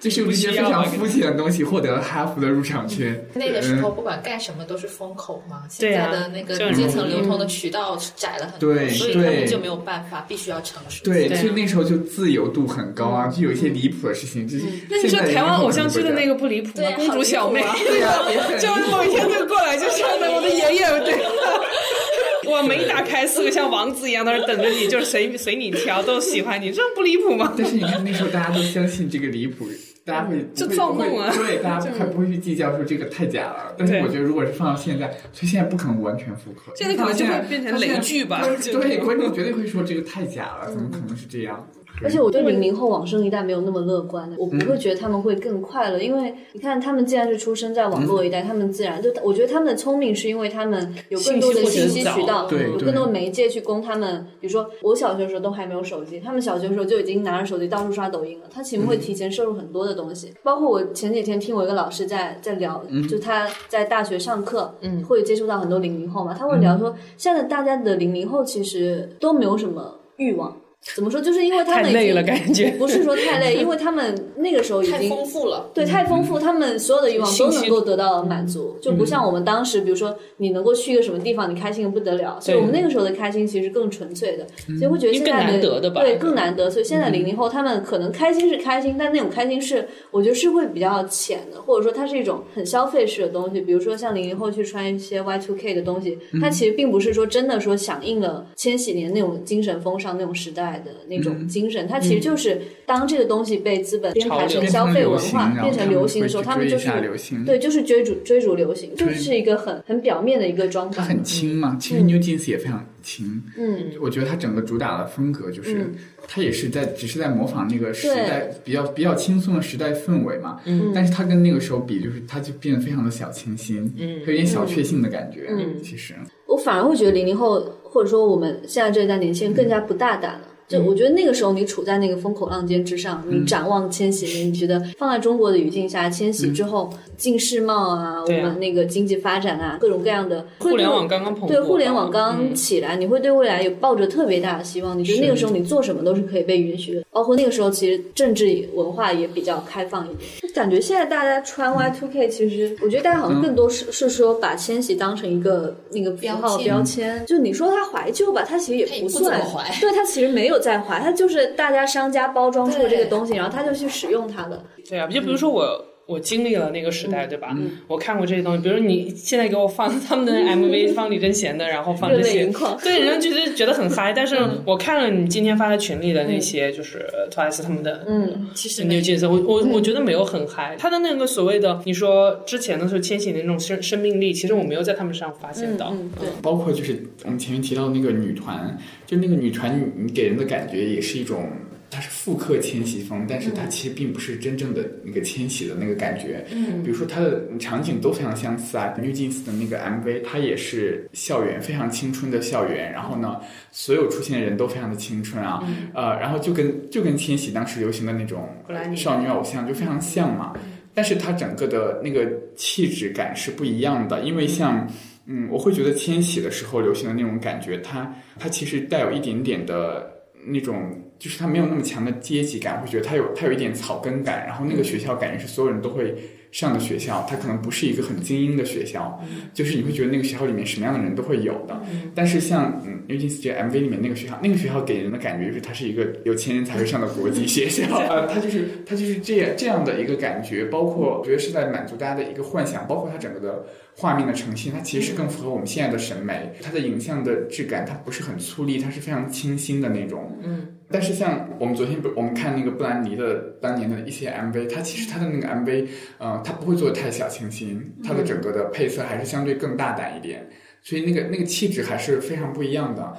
[SPEAKER 1] 就是用这些非常肤浅的东西获得了哈佛的入场券。
[SPEAKER 6] 嗯
[SPEAKER 1] 嗯
[SPEAKER 6] 那个时候不管干什么都是风口嘛，现
[SPEAKER 10] 对啊
[SPEAKER 6] 在的那个
[SPEAKER 10] 就是
[SPEAKER 6] 阶层流通的渠道窄了很多，
[SPEAKER 1] 对
[SPEAKER 6] 所以他们
[SPEAKER 1] 对
[SPEAKER 6] 就没有办法，必须要成熟。
[SPEAKER 1] 对，
[SPEAKER 10] 对
[SPEAKER 1] 所以那时候就自由度很高
[SPEAKER 4] 嗯
[SPEAKER 1] 啊，就有一些离谱的事情，就是
[SPEAKER 10] 嗯那你说
[SPEAKER 1] 现在
[SPEAKER 10] 台湾偶像剧的那
[SPEAKER 1] 人
[SPEAKER 10] 个不离谱吗
[SPEAKER 6] 对？
[SPEAKER 10] 公
[SPEAKER 2] 啊
[SPEAKER 10] 主小妹，
[SPEAKER 6] 好离
[SPEAKER 10] 对
[SPEAKER 1] 也很离谱
[SPEAKER 10] 就某一天就过来就上来，我的爷爷，对， 我门一打开，四个像王子一样的人等着你，就是随 随你挑，都喜欢你，这不离谱吗
[SPEAKER 1] 会不会的，？但是你看那时候大家都相信这个离谱。大家会不会
[SPEAKER 10] 就造梦啊
[SPEAKER 1] 不会对，大家还不会去计较说这个太假了。但是我觉得，如果是放到现在，所以现在不可能完全复刻。
[SPEAKER 10] 现在可能就会变成雷剧吧
[SPEAKER 1] 对
[SPEAKER 10] 就
[SPEAKER 1] 对，观众绝对会说这个太假了，怎么可能是这样？
[SPEAKER 10] 嗯
[SPEAKER 4] 而且我对零零后往生一代没有那么乐观，我不会觉得他们会更快乐，因为你看他们既然是出生在网络一代，他们自然就我觉得他们的聪明是因为他们有更多的信息
[SPEAKER 10] 信息获得
[SPEAKER 4] 渠道，
[SPEAKER 1] 早对
[SPEAKER 4] 有
[SPEAKER 1] 对
[SPEAKER 4] 更多的媒介去供他们。比如说我小学的时候都还没有手机，他们小学的时候就已经拿着手机到处刷抖音了，他其实会提前摄入很多的东西。包括我前几天听我一个老师在在聊，就他在大学上课，嗯，会接触到很多零零后嘛，他会聊说现在大家的零零后其实都没有什么欲望。怎么说？就是因为他
[SPEAKER 10] 太
[SPEAKER 4] 们已
[SPEAKER 10] 累
[SPEAKER 4] 经
[SPEAKER 10] 了，感觉
[SPEAKER 4] 不是说太累，因为他们那个时候已
[SPEAKER 6] 太
[SPEAKER 4] 经
[SPEAKER 6] 丰富了，
[SPEAKER 4] 对太丰富，他们所有的欲望都能够得到满足，
[SPEAKER 10] 嗯
[SPEAKER 4] 就不像我们当时，比如说你能够去一个什么地方，你开心的不得了。所以我们那个时候的开心其实更纯粹的，所以会觉得现
[SPEAKER 10] 因
[SPEAKER 4] 在
[SPEAKER 10] 为更难得的吧
[SPEAKER 4] 对更难得。所以现在零零后他们可能开心是开心，但那种开心是我觉得是会比较浅的，或者说它是一种很消费式的东西。比如说像零零后去穿一些 Y two K 的东西，它其实并不是说真的说响应了千禧年那种精神风尚那种时代的那种精神，它其实就是当这个东西被资本编排成消费文化变成流行的时候，他们就
[SPEAKER 1] 追一下流
[SPEAKER 4] 是
[SPEAKER 1] 行，
[SPEAKER 4] 对，就是追逐追逐流行，就
[SPEAKER 1] 对
[SPEAKER 4] 是一个很很表面的一个装
[SPEAKER 1] 它
[SPEAKER 4] 扮。
[SPEAKER 1] 很轻嘛。其
[SPEAKER 10] 嗯
[SPEAKER 1] 实 New Jeans 也非常轻，
[SPEAKER 4] 嗯，
[SPEAKER 1] 我觉得它整个主打的风格就是，
[SPEAKER 4] 嗯
[SPEAKER 1] 它也是在只是在模仿那个时代比较比较轻松的时代氛围嘛。
[SPEAKER 4] 嗯
[SPEAKER 1] 但是它跟那个时候比，就是它就变得非常的小清新，嗯，有点小确幸的感觉。
[SPEAKER 4] 嗯
[SPEAKER 1] 其实
[SPEAKER 4] 我反而会觉得零零后或者说我们现在这一代年轻人更加不大胆了。就
[SPEAKER 10] 嗯
[SPEAKER 4] 我觉得那个时候你处在那个风口浪尖之上，你展望千禧年，你觉得放在中国的语境下，千禧之后近世贸啊，我
[SPEAKER 10] 嗯对啊
[SPEAKER 4] 们那个经济发展啊，各种各样的会
[SPEAKER 10] 互联
[SPEAKER 4] 对
[SPEAKER 10] 网刚刚蓬勃
[SPEAKER 4] 对互联
[SPEAKER 10] 吧
[SPEAKER 4] 网刚
[SPEAKER 10] 嗯
[SPEAKER 4] 起来，你会对未来有抱着特别大的希望。你觉得那个时候你做什么都是可以被允许的，包括那个时候其实政治文化也比较开放一点。感觉现在大家穿 Y two K，其实我觉得大家好像更多是、是说把千禧当成一个那个符号
[SPEAKER 6] 标签
[SPEAKER 4] 标签，就你说它怀旧吧，它其实也
[SPEAKER 6] 它也
[SPEAKER 4] 不
[SPEAKER 6] 不怎么
[SPEAKER 4] 算
[SPEAKER 6] 怀
[SPEAKER 4] 对它其实没有在怀，它就是大家商家包装出
[SPEAKER 6] 对
[SPEAKER 4] 这个东西，然后他就去使用它了。
[SPEAKER 10] 对啊，就比如说我。
[SPEAKER 2] 我经历了那个时代，对吧？
[SPEAKER 10] 嗯
[SPEAKER 2] 我看过这些东西，比如你现在给我放他们的 MV，放李贞贤的，然后放这
[SPEAKER 11] 热泪
[SPEAKER 2] 些
[SPEAKER 11] 盈眶，
[SPEAKER 2] 对，人觉得觉得很嗨。但是
[SPEAKER 10] 嗯
[SPEAKER 2] 我看了你今天发在群里的那些，就是 Twice 他们的
[SPEAKER 11] 嗯，其实
[SPEAKER 2] 你有见识，我我我觉得没有很嗨。他的那个所谓的你说之前的时候千禧的那种生生命力，其实我没有在他们身上发现
[SPEAKER 1] 嗯
[SPEAKER 2] 到。
[SPEAKER 4] 嗯
[SPEAKER 11] 对，
[SPEAKER 1] 包括就是我们前面提到那个女团，就那个女团，你你给人的感觉也是一种，它是复刻千禧风，但是它其实并不是真正的那个千禧的那个感觉。
[SPEAKER 2] 嗯
[SPEAKER 1] 比如说它的场景都非常相似啊，New Jeans 的那个 MV，它也是校园非常青春的校园，然后呢，所有出现的人都非常的青春啊，呃，然后就跟就跟千禧当时流行的那种呃
[SPEAKER 2] 布兰妮
[SPEAKER 1] 少女偶像就非常像嘛。但是它整个的那个气质感是不一样的，因为像，嗯，我会觉得千禧的时候流行的那种感觉，它它其实带有一点点的那种，就是它没有那么强的阶级感，会觉得它有它有一点草根感，然后那个学校感觉是所有人都会上的学校，它可能不是一个很精英的学校，就是你会觉得那个学校里面什么样的人都会有的。但是像嗯 New Jeans 这 MV 里面那个学校，那个学校给人的感觉就是它是一个有钱人才会上的国际学校，呃，它就是它就是这样这样的一个感觉，包括我觉得是在满足大家的一个幻想，包括它整个的画面的呈现，它其实是更符合我们现在的审美，它的影像的质感，它不是很粗粝，它是非常清新的那种，
[SPEAKER 2] 嗯。
[SPEAKER 1] 但是像我们昨天不，我们看那个布兰妮的当年的一些 MV，它其实它的那个 MV，呃，它不会做的太小清新，它的整个的配色还是相对更大胆一点，所以那个那个气质还是非常不一样的。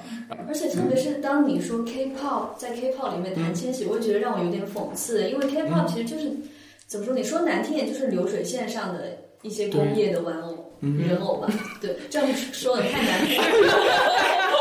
[SPEAKER 4] 而且特别是当你说 K-pop 在 K-pop 里
[SPEAKER 1] 嗯
[SPEAKER 4] 面谈千禧，我会觉得让我有点讽刺，因为 K-pop 其实就是怎么说？你说难听点，就是流水线上的一些工业的玩偶、
[SPEAKER 1] 嗯
[SPEAKER 4] 人偶吧。对，这样说的太难听了。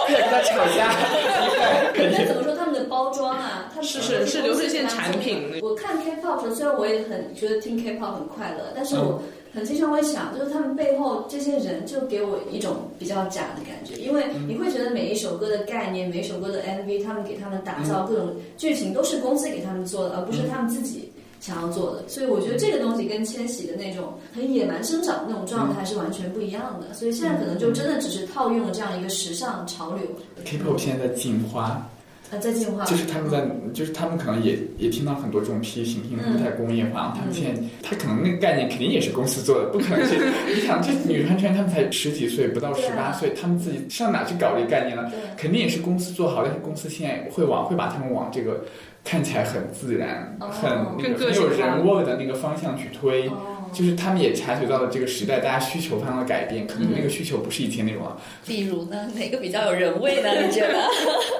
[SPEAKER 1] 两个吵架
[SPEAKER 4] 但怎么说他们的包装啊，他们
[SPEAKER 2] 是是是流水线产品
[SPEAKER 4] 我看 K-pop 的时候，虽然我也很觉得听 K-pop 很快乐，
[SPEAKER 2] 嗯
[SPEAKER 4] 但是我很经常会想，就是他们背后这些人就给我一种比较假的感觉，因为
[SPEAKER 2] 嗯
[SPEAKER 4] 你会觉得每一首歌的概念、每一首歌的 MV，他们给他们打造各种剧情都是公司给他们做的，而不是他们自己。想要做的，所以我觉得这个东西跟千玺的那种很野蛮生长的那种状
[SPEAKER 2] 嗯
[SPEAKER 4] 态是完全不一样的，所以现在可能就真的只是套用了这样一个时尚潮流，
[SPEAKER 1] K-pop 现在在进化，
[SPEAKER 4] 呃，在进化。
[SPEAKER 1] 就是他们在，就是他们可能也也听到很多这种批评，因为他们太工业化，他们现在他可能那个概念肯定也是公司做的，不可能是你想这女团圈他们才十几岁，不到
[SPEAKER 4] 对
[SPEAKER 1] 十
[SPEAKER 4] 啊
[SPEAKER 1] 八岁，他们自己上哪去搞这个概念呢
[SPEAKER 4] 对？
[SPEAKER 1] 肯定也是公司做好，但是公司现在会往会把他们往这个看起来很自然、
[SPEAKER 4] 哦
[SPEAKER 1] 很那
[SPEAKER 2] 更
[SPEAKER 1] 个
[SPEAKER 2] 个
[SPEAKER 1] 很
[SPEAKER 2] 性
[SPEAKER 1] 有
[SPEAKER 2] 化
[SPEAKER 1] 人味的那个方向去推。
[SPEAKER 4] 哦
[SPEAKER 1] 就是他们也察觉到了这个时代大家需求方向的改变，可能那个需求不是以前那种了。
[SPEAKER 3] 比如呢，哪个比较有人味呢？你觉 得？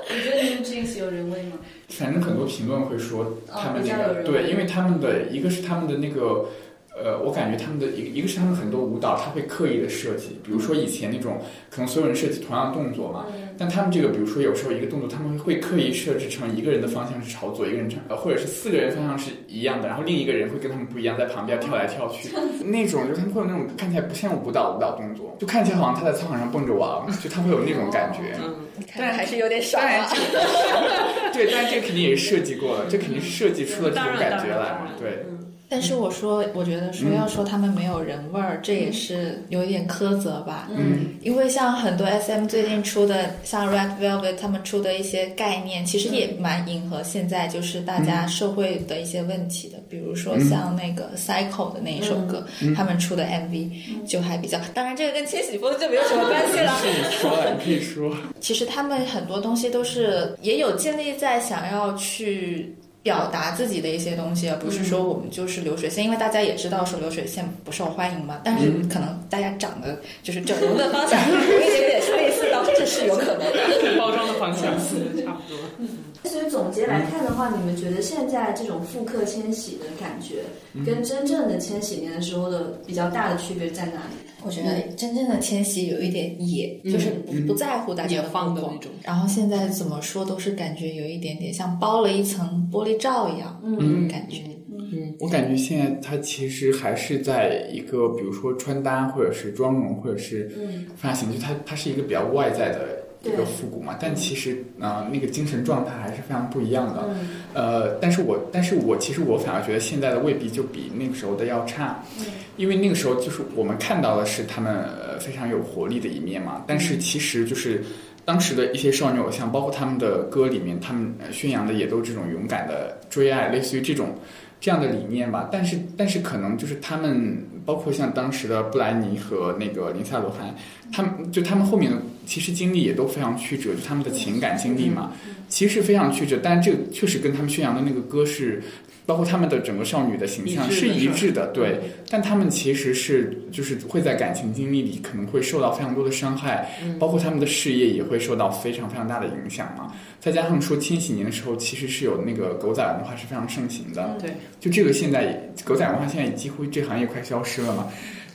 [SPEAKER 4] 你觉得 New Jeans 有人味吗？
[SPEAKER 1] 反正很多评论会说他们
[SPEAKER 4] 哦比
[SPEAKER 1] 那
[SPEAKER 4] 较有
[SPEAKER 1] 个、
[SPEAKER 4] 人
[SPEAKER 1] 对，
[SPEAKER 4] 味
[SPEAKER 1] 因为他们的一个是他们的那个。呃，我感觉他们的一个一个是他们很多舞蹈，他会刻意的设计，比如说以前那种可能所有人设计同样的动作嘛，
[SPEAKER 4] 嗯
[SPEAKER 1] 但他们这个，比如说有时候一个动作，他们会刻意设置成一个人的方向是朝左，一个人朝，呃，或者是四个人方向是一样的，然后另一个人会跟他们不一样，在旁边跳来跳 去，那种就是他们会有那种看起来不像舞蹈舞蹈动作，就看起来好像他在操场上蹦着玩儿，就他会有那种感觉。
[SPEAKER 3] 看来还是有点少
[SPEAKER 1] 当然
[SPEAKER 3] 啊。
[SPEAKER 1] 这个， 对，但是这个肯定也是设计过的，这肯定是设计出了这种感觉来嘛。对，
[SPEAKER 6] 但
[SPEAKER 1] 嗯
[SPEAKER 6] 是我说，我觉得说要说他们没有人味儿，这也是有一点苛责吧。
[SPEAKER 1] 嗯，
[SPEAKER 6] 因为像很多 SM 最近出的，像 Red Velvet 他们出的一些概念，其实也蛮迎合现在就是大
[SPEAKER 1] 嗯
[SPEAKER 6] 家社会的一些问题的。比如说像那个 Cycle 的那一首歌，
[SPEAKER 1] 嗯
[SPEAKER 6] 他们出的 MV 就还比较，当然这个跟千禧风就没有什么关系了。
[SPEAKER 1] 是你说了，你可以说。
[SPEAKER 6] 其实他们很多东西都是也有建立在想要去表达自己的一些东西，而不是说我们就是流水线，因为大家也知道说流水线不受欢迎嘛。但是可能大家长得就是整容的方向有一点点是类似的，这是有可能
[SPEAKER 1] 嗯
[SPEAKER 6] 的。
[SPEAKER 2] 对包装的方向是差不多。
[SPEAKER 4] 所以总结来看的话，你们觉得现在这种复刻千禧的感觉，跟真正的千禧年的时候的比较大的区别在哪里？
[SPEAKER 6] 我觉得真正的千禧有一点野，就是不不在乎大家
[SPEAKER 10] 野放的
[SPEAKER 6] 目光
[SPEAKER 10] 那种
[SPEAKER 6] 然后现在怎么说都是感觉有一点点像包了一层玻璃罩一样，嗯，感觉。
[SPEAKER 1] 我感觉现在它其实还是在一个，比如说穿搭，或者是妆容，或者是发型，就它它是一个比较外在的一个复古嘛。但其实啊、呃那个精神状态还是非常不一样的。呃，但是我但是我其实我反而觉得现在的未必就比那个时候的要差，因为那个时候就是我们看到的是他们呃非常有活力的一面嘛。但是其实就是。当时的一些少女偶像，包括他们的歌里面，他们呃宣扬的也都这种勇敢的追爱，类似于这种这样的理念吧。但是但是可能就是他们，包括像当时的布莱尼和那个林赛罗韩，他们就他们后面其实经历也都非常曲折，就他们的情感经历嘛，其实非常曲折。但是这个确实跟他们宣扬的那个歌是。包括他们的整个少女的形象
[SPEAKER 2] 一
[SPEAKER 1] 是
[SPEAKER 2] 致的
[SPEAKER 1] 一致的，
[SPEAKER 2] 是吧
[SPEAKER 1] 对，但他们其实是就是会在感情经历里可能会受到非常多的伤害，
[SPEAKER 2] 嗯
[SPEAKER 1] 包括他们的事业也会受到非常非常大的影响嘛。再加上说千禧年的时候，其实是有那个狗仔文化是非常盛行的，
[SPEAKER 12] 对，
[SPEAKER 1] 就这个现在也狗仔文化现在几乎这行业快消失了嘛。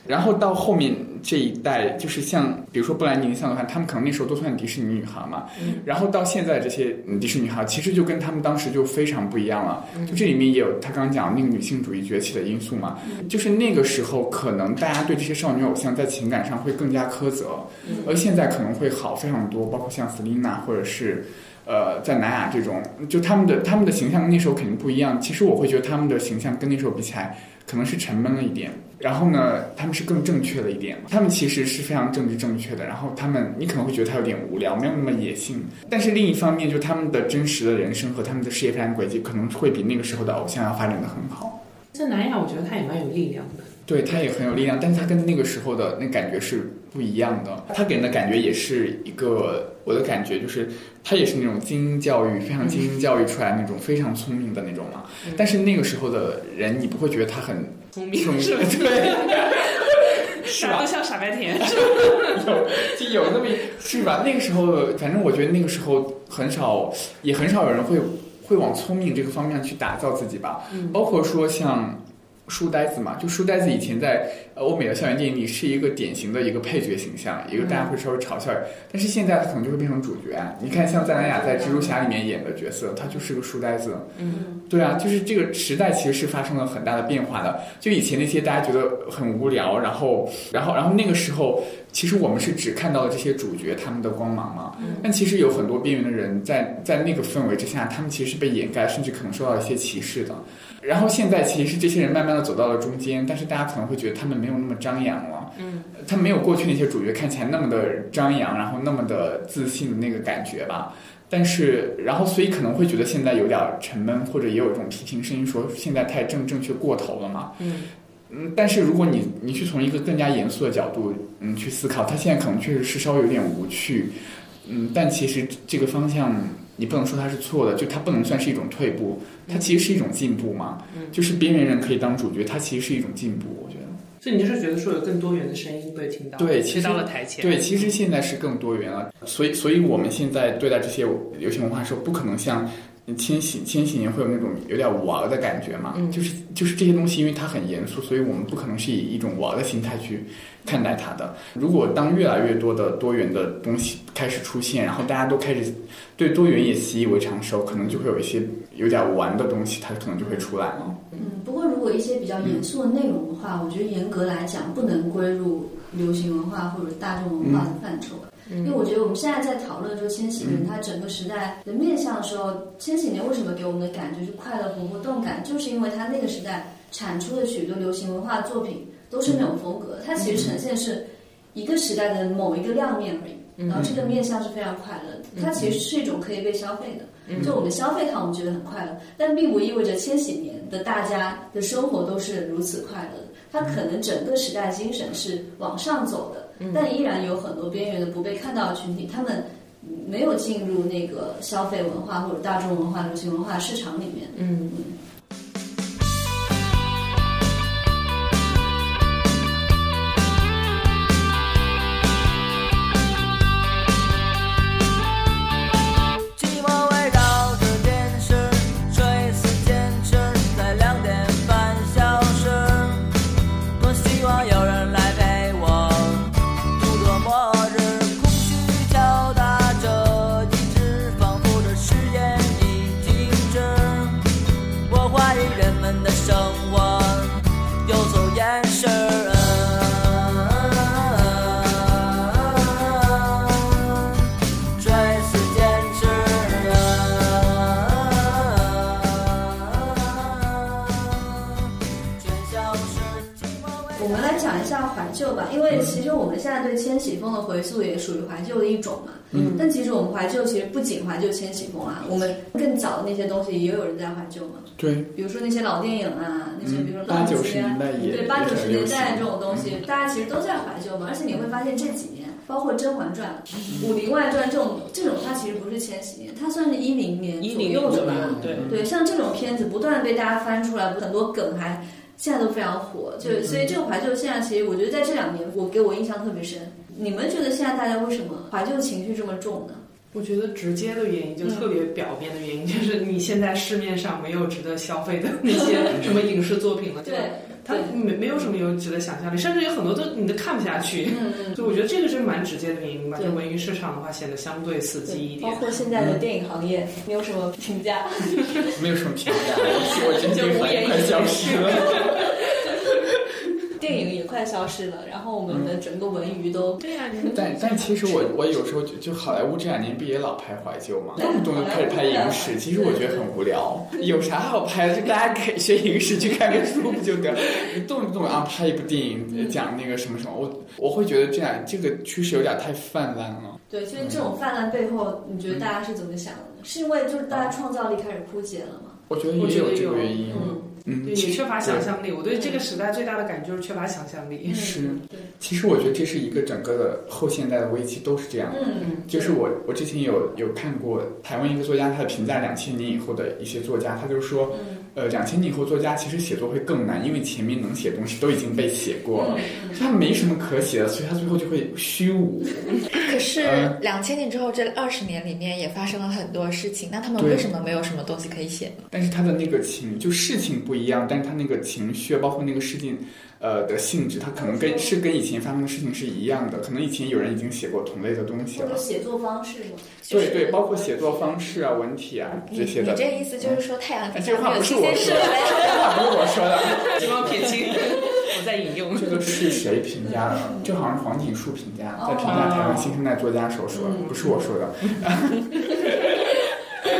[SPEAKER 1] 然后到后面这一代，就是像比如说布兰妮、像的话，他们可能那时候都算迪士尼女孩嘛。然后到现在这些嗯迪士尼女孩，其实就跟他们当时就非常不一样了。就这里面也有他刚刚讲的那个女性主义崛起的因素嘛，就是那个时候可能大家对这些少女偶像在情感上会更加苛责，而现在可能会好非常多，包括像 Selina 或者是。呃，在南亚这种，就他们的他们的形象跟那时候肯定不一样。其实我会觉得他们的形象跟那时候比起来，可能是沉闷了一点。然后呢，他们是更正确了一点。他们其实是非常政治正确的。然后他们，你可能会觉得他有点无聊，没有那么野性。但是另一方面，就他们的真实的人生和他们的事业发展轨迹，可能会比那个时候的偶像要发展的很好。
[SPEAKER 2] 在南亚，我觉得他也蛮有力量的。
[SPEAKER 1] 对他也很有力量，但是他跟那个时候的那感觉是不一样的。他给人的感觉也是一个，我的感觉就是他也是那种精英教育，非常精英教育出来那种非常聪明的那种嘛。但是那个时候的人，你不会觉得他很
[SPEAKER 2] 聪
[SPEAKER 1] 明，
[SPEAKER 2] 是吧
[SPEAKER 1] 对。
[SPEAKER 2] 傻都像傻白甜，是吧
[SPEAKER 1] 就有那么一 是吧？那个时候，反正我觉得那个时候很少，也很少有人会会往聪明这个方面去打造自己吧。包括说像书呆子嘛，就书呆子以前在呃欧美的校园电影里是一个典型的一个配角形象，一个大家会稍微嘲笑，但是现在他可能就会变成主角啊。你看，像赞兰雅在蜘蛛侠里面演的角色，他就是个书呆子。
[SPEAKER 2] 嗯，
[SPEAKER 1] 对啊，就是这个时代其实是发生了很大的变化的。就以前那些大家觉得很无聊，然后，然后，然后那个时候，其实我们是只看到了这些主角他们的光芒嘛。但其实有很多边缘的人在在那个氛围之下，他们其实是被掩盖，甚至可能受到一些歧视的。然后现在其实这些人慢慢的走到了中间，但是大家可能会觉得他们没有那么张扬了。
[SPEAKER 2] 嗯，
[SPEAKER 1] 他没有过去那些主角看起来那么的张扬，然后那么的自信的那个感觉吧。但是，然后所以可能会觉得现在有点沉闷，或者也有一种批评声音说现在太正正确过头了嘛。
[SPEAKER 2] 嗯
[SPEAKER 1] 嗯，但是如果你你去从一个更加严肃的角度，嗯，去思考，它现在可能确实是稍微有点无趣，嗯，但其实这个方向你不能说它是错的，就它不能算是一种退步，它其实是一种进步嘛。
[SPEAKER 2] 嗯
[SPEAKER 1] 就是边缘人可以当主角，它其实是一种进步，我觉得。
[SPEAKER 2] 所以你就是觉得说有更多元的声音被听到，
[SPEAKER 1] 对，其
[SPEAKER 2] 吃
[SPEAKER 1] 实
[SPEAKER 2] 到了台前，
[SPEAKER 1] 对，其实现在是更多元了，所以，所以我们现在对待这些流行文化的时候，不可能像千禧千禧年会有那种有点玩儿的感觉嘛，
[SPEAKER 2] 嗯
[SPEAKER 1] 就是就是这些东西，因为它很严肃，所以我们不可能是以一种玩儿的心态去看待它的。如果当越来越多的多元的东西开始出现，然后大家都开始对多元也习以为常的时候，可能就会有一些有点玩的东西，它可能就会出来了。
[SPEAKER 3] 嗯，不过如果一些比较严肃的内容的话，我觉得严格来讲不能归入流行文化或者大众文化的范畴。因为我觉得我们现在在讨论说千禧年它整个时代的面向的时候，千禧年为什么给我们的感觉是快乐、活泼、动感，就是因为它那个时代产出的许多流行文化作品都是那种风格，它其实呈现是一个时代的某一个亮面而已。然后这个面向是非常快乐的，它其实是一种可以被消费的。就我们消费它，我们觉得很快乐，但并不意味着千禧年的大家的生活都是如此快乐的。它可能整个时代精神是往上走的，但依然有很多边缘的不被看到的群体，他们没有进入那个消费文化或者大众文化、流行文化市场里面。
[SPEAKER 2] 嗯
[SPEAKER 3] 嗯。
[SPEAKER 13] 寂寞味道的电视，追思坚持在两点半消失。多希望有人来陪我度过末日。空虚敲打着一只，仿佛这时间已静止。我会
[SPEAKER 4] 怀旧吧，因为其实我们现在对千禧风的回溯也属于怀旧的一种嘛。
[SPEAKER 1] 嗯
[SPEAKER 4] 但其实我们怀旧其实不仅怀旧千禧风啊，我们更早的那些东西也有人在怀旧嘛。
[SPEAKER 2] 嗯
[SPEAKER 1] 对，
[SPEAKER 4] 比如说那些老电影啊，那些比如说
[SPEAKER 1] 嗯
[SPEAKER 4] 老
[SPEAKER 1] 80
[SPEAKER 4] 街啊
[SPEAKER 1] 年代也
[SPEAKER 4] 对八
[SPEAKER 1] 也
[SPEAKER 4] 九十
[SPEAKER 1] 很流
[SPEAKER 4] 年代
[SPEAKER 1] 行
[SPEAKER 4] 这种东西，大家其实都在怀旧嘛。而且你会发现这几年，包括《甄嬛传》《武林外传》这种这种，它其实不是千禧年，它算是一零年左
[SPEAKER 10] 10
[SPEAKER 4] 右的吧
[SPEAKER 10] 年
[SPEAKER 2] 嗯
[SPEAKER 10] 左右？对
[SPEAKER 4] 对，像这种片子不断地被大家翻出来，很多梗还。现在都非常火，就
[SPEAKER 10] 嗯
[SPEAKER 4] 所以这个怀旧现象，其实我觉得在这两年，我给我印象特别深。你们觉得现在大家为什么怀旧情绪这么重呢？
[SPEAKER 2] 我觉得直接的原因，就特别表面的原因，就是你现在市面上没有值得消费的那些什么影视作品了，
[SPEAKER 4] 对
[SPEAKER 2] 吧，它没没有什么有值得想象力，甚至有很多都你都看不下去。
[SPEAKER 4] 嗯嗯
[SPEAKER 2] 所以我觉得这个是蛮直接的原因吧。
[SPEAKER 4] 对
[SPEAKER 2] 就文娱市场的话，显得相对刺激一
[SPEAKER 4] 嗯包
[SPEAKER 2] 点。
[SPEAKER 4] 括现在的电影行业，你有什么评价？
[SPEAKER 1] 没有什么评价，我我真
[SPEAKER 4] 就
[SPEAKER 1] 的
[SPEAKER 4] 无言以
[SPEAKER 1] 快快
[SPEAKER 4] 对
[SPEAKER 1] 消失了。
[SPEAKER 4] 电影也快消失了，然后我们的
[SPEAKER 1] 嗯
[SPEAKER 4] 整个文娱都
[SPEAKER 2] 对呀、
[SPEAKER 1] 但但其实我我有时候就就好莱坞这两年不也老拍怀旧嘛，动不动就开始拍影视，其实我觉得很无聊，有啥好拍的？就大家可以学影视去看看书不就得？你动不动啊拍一部电影讲那个什么什么，我我会觉得这样这个趋势有点太泛滥了。
[SPEAKER 4] 对，所以这
[SPEAKER 1] 嗯
[SPEAKER 4] 种泛滥背后，你
[SPEAKER 6] 嗯
[SPEAKER 4] 觉得大家是怎么想的呢？是因为就是大家创造力开始枯竭了吗？
[SPEAKER 1] 我觉得
[SPEAKER 2] 我
[SPEAKER 1] 也
[SPEAKER 2] 觉得
[SPEAKER 1] 这个
[SPEAKER 2] 有
[SPEAKER 1] 原因，嗯，
[SPEAKER 2] 对，也
[SPEAKER 1] 其实
[SPEAKER 2] 缺乏想象力。我对这个时代最大的感觉就是缺乏想象
[SPEAKER 4] 嗯
[SPEAKER 2] 力。
[SPEAKER 1] 是，其实我觉得这是一个整个的后现代的危机都是这样的。
[SPEAKER 2] 嗯
[SPEAKER 1] 就是我我之前有有看过台湾一个作家，他的评价两千年以后的一些作家，他就说，呃，两千年以后作家其实写作会更难，因为前面能写的东西都已经被写过了，所以他没什么可写的，所以他最后就会虚无。
[SPEAKER 6] 可是
[SPEAKER 1] 嗯
[SPEAKER 6] 两千年之后这二十年里面也发生了很多事情，那他们
[SPEAKER 1] 对
[SPEAKER 6] 为什么没有什么东西可以写呢？
[SPEAKER 1] 但是他的那个情就事情不一样，但是他那个情绪啊包括那个事件，呃的性质，他可能跟是跟以前发生的事情是一样的，可能以前有人已经写过同类的东西
[SPEAKER 4] 或者
[SPEAKER 1] 了。
[SPEAKER 4] 写作方式吗？
[SPEAKER 1] 对对，包括写作方式啊、文体啊
[SPEAKER 6] 你
[SPEAKER 1] 这些
[SPEAKER 6] 你
[SPEAKER 1] 的。
[SPEAKER 6] 这意思就是说太阳底
[SPEAKER 1] 这
[SPEAKER 6] 下
[SPEAKER 1] 话
[SPEAKER 6] 没有
[SPEAKER 1] 不是
[SPEAKER 6] 新
[SPEAKER 1] 我
[SPEAKER 6] 鲜事
[SPEAKER 1] 说
[SPEAKER 6] 了
[SPEAKER 1] 的，
[SPEAKER 6] 呀？
[SPEAKER 1] 这话不是我说的，
[SPEAKER 2] 这帮撇清，我在引用。
[SPEAKER 1] 这个是谁评价的？这好像是黄锦树评价的，在评价台湾新生代作家时候说的，不是我说的。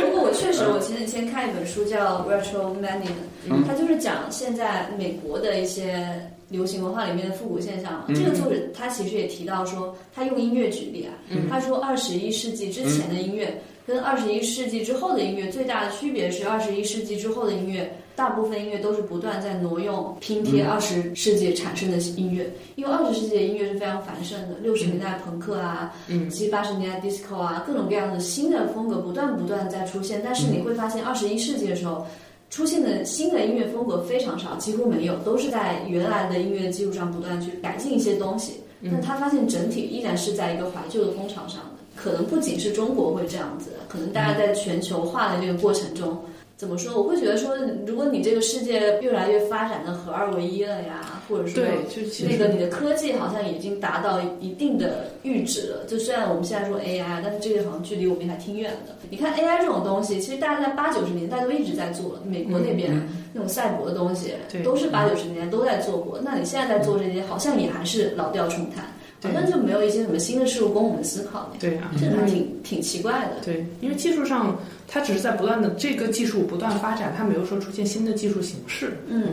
[SPEAKER 4] 不过我确实，我前几天看一本书叫《Retro Mania》，
[SPEAKER 1] 嗯
[SPEAKER 4] 它就是讲现在美国的一些流行文化里面的复古现象嘛。
[SPEAKER 6] 嗯
[SPEAKER 4] 这个作者他其实也提到说，他用音乐举例啊，
[SPEAKER 6] 嗯
[SPEAKER 4] 他说二十一世纪之前的音乐跟二十一世纪之后的音乐最大的区别是，二十一世纪之后的音乐。大部分音乐都是不断在挪用、拼贴
[SPEAKER 6] 嗯
[SPEAKER 4] 二十世纪产生的音乐，因为二十世纪的音乐是非常繁盛的，六十年代朋克啊，
[SPEAKER 6] 嗯
[SPEAKER 4] 七八十年代 disco 啊，各种各样的新的风格不断不断地在出现，但是
[SPEAKER 3] 嗯
[SPEAKER 4] 你会发现二十一世纪的时候。出现的新的音乐风格非常少，几乎没有，都是在原来的音乐基础上不断去改进一些东西。
[SPEAKER 6] 嗯
[SPEAKER 4] 但他发现整体依然是在一个怀旧的风潮上的，可能不仅是中国会这样子，可能大家在全球化的这个过程中，怎么说？我会觉得说，如果你这个世界越来越发展的合二为一了呀，或者说
[SPEAKER 2] 对就其实
[SPEAKER 4] 那个你的科技好像已经达到一定的阈值了。就虽然我们现在说 AI，但是这个好像距离我们还挺远的。你看 AI 这种东西，其实大家在八九十年代都一直在做了，美国那边、
[SPEAKER 1] 嗯
[SPEAKER 4] 那种赛博的东西
[SPEAKER 1] 对，嗯
[SPEAKER 4] 都是八九十年代都在做过。那你现在在做这些，好像也还是老调重弹。好像就没有一些什么新的事物供我们思考呢？
[SPEAKER 2] 对
[SPEAKER 1] 嗯
[SPEAKER 2] 啊
[SPEAKER 4] 这个还挺挺奇怪的。
[SPEAKER 2] 对，因为技术上它只是在不断的这个技术不断发展，它没有说出现新的技术形式，
[SPEAKER 4] 嗯，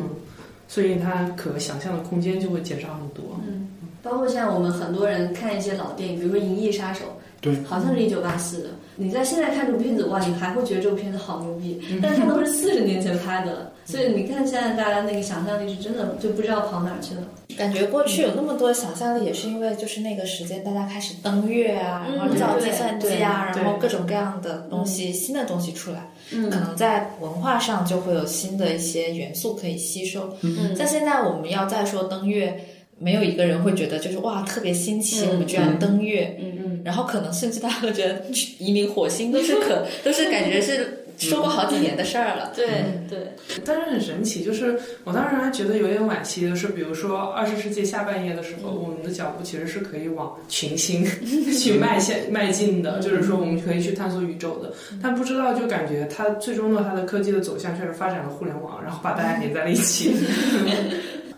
[SPEAKER 2] 所以它可想象的空间就会减少很多。
[SPEAKER 4] 嗯，包括现在我们很多人看一些老电影，比如说《银翼杀手》，
[SPEAKER 1] 对
[SPEAKER 4] 好像是一九八四的。你在现在看这部片子，哇，你还会觉得这部片子好牛逼，但它都是四十年前拍的了，所以你看现在大家那个想象力是真的就不知道跑哪儿去了。
[SPEAKER 6] 感觉过去有那么多想象力，也是因为就是那个时间大家开始登月啊，
[SPEAKER 4] 嗯
[SPEAKER 6] 然后造计算机啊，
[SPEAKER 4] 对对
[SPEAKER 6] 然后各种各样的东西、新的东西出来，
[SPEAKER 4] 嗯
[SPEAKER 6] 可能在文化上就会有新的一些元素可以吸收。
[SPEAKER 4] 嗯
[SPEAKER 6] 但现在我们要再说登月。没有一个人会觉得就是哇特别新奇，我们居然登月，
[SPEAKER 4] 嗯
[SPEAKER 6] 嗯，然后可能甚至大家都觉得 移民火星都是可都是感觉是说过好几年的事儿了，
[SPEAKER 4] 对对，
[SPEAKER 2] 但是很神奇，就是我当时还觉得有点惋惜的是，比如说二十世纪下半叶的时候，我们的脚步其实是可以往群星去迈向迈进的，就是说我们可以去探索宇宙的。但不知道就感觉它最终的它的科技的走向却是发展了互联网，然后把大家连在了一起。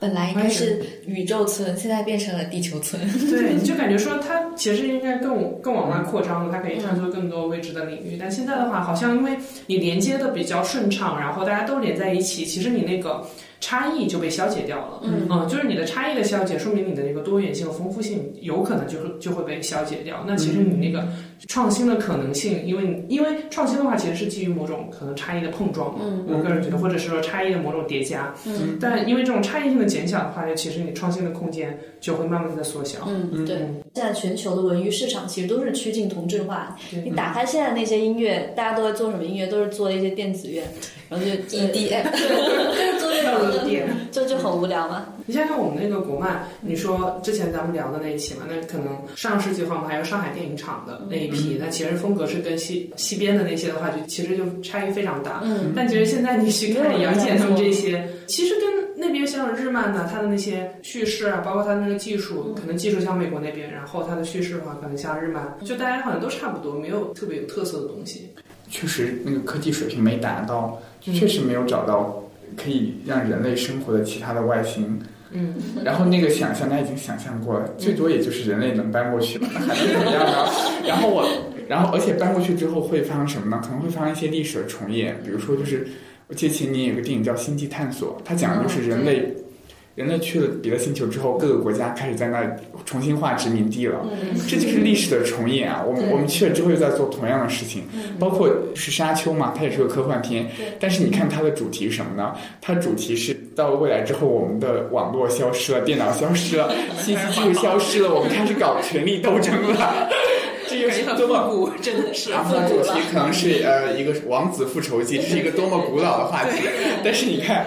[SPEAKER 6] 本来应该是宇宙村，现在变成了地球村。
[SPEAKER 2] 对，你就感觉说它其实应该更更往外扩张了，它可以探索更多未知的领域。但现在的话，好像因为你连接的比较顺畅，然后大家都连在一起，其实你那个差异就被消解掉了。
[SPEAKER 11] 嗯
[SPEAKER 2] 就是你的差异的消解，说明你的这个多元性、丰富性有可能就是就会被消解掉。那其实你那个创新的可能性，因为你因为创新的话，其实是基于某种可能差异的碰撞嘛。
[SPEAKER 11] 嗯
[SPEAKER 2] 我个人觉得，或者是说差异的某种叠加。
[SPEAKER 11] 嗯
[SPEAKER 2] 但因为这种差异性的减小的话，就其实你创新的空间就会慢慢的缩小。
[SPEAKER 3] 嗯，对。现在全球的文娱市场其实都是趋近同质化。
[SPEAKER 2] 对
[SPEAKER 3] 你打开现在那些音乐，大家都在做什么音乐？都是做一些电子乐，然后就 EDM，就是做这种的，就就很无聊嘛。
[SPEAKER 2] 你想想我们那个国漫，你说之前咱们聊的那一期嘛，那可能上世纪的话，我们还有上海电影厂的那一
[SPEAKER 11] 嗯
[SPEAKER 2] 批，那其实风格是跟西西边的那些的话，就其实就差异非常大。
[SPEAKER 11] 嗯
[SPEAKER 2] 但其实现在你去看
[SPEAKER 11] 没有
[SPEAKER 2] 杨
[SPEAKER 11] 人
[SPEAKER 2] 戬他们
[SPEAKER 11] 敢
[SPEAKER 2] 这
[SPEAKER 11] 做
[SPEAKER 2] 些，其实跟那边像日漫呢，它的那些叙事啊，包括它的那个技术，
[SPEAKER 11] 嗯
[SPEAKER 2] 可能技术像美国那边，然后它的叙事的话，可能像日漫，就大家好像都差不多，没有特别有特色的东西。
[SPEAKER 1] 确实那个科技水平没达到，确实没有找到可以让人类生活的其他的外星。
[SPEAKER 2] 嗯，
[SPEAKER 1] 然后那个想象，他已经想象过了，最多也就是人类能搬过去吧，那还能怎么 样呢？然后我，然后而且搬过去之后会发生什么呢？可能会发生一些历史的重演，比如说就是我记得前年有个电影叫《星际探索》，它讲的就是人
[SPEAKER 11] 嗯
[SPEAKER 1] 类、人类去了别的星球之后，各个国家开始在那里重新划殖民地了，
[SPEAKER 11] 嗯
[SPEAKER 1] 这就是历史的重演啊！我们
[SPEAKER 11] 对嗯
[SPEAKER 1] 我们去了之后又在做同样的事情，包括是《沙丘》嘛，它也是个科幻片
[SPEAKER 11] 对，
[SPEAKER 1] 但是你看它的主题是什么呢？它主题是到未来之后，我们的网络消失了，电脑消失 了，信息技术消失了，我们开始搞权力斗争 了。这个是多么
[SPEAKER 10] 古，真的是
[SPEAKER 1] 然后啊主题可能是呃一个王子复仇记，这是一个多么古老的话 题，但是你看。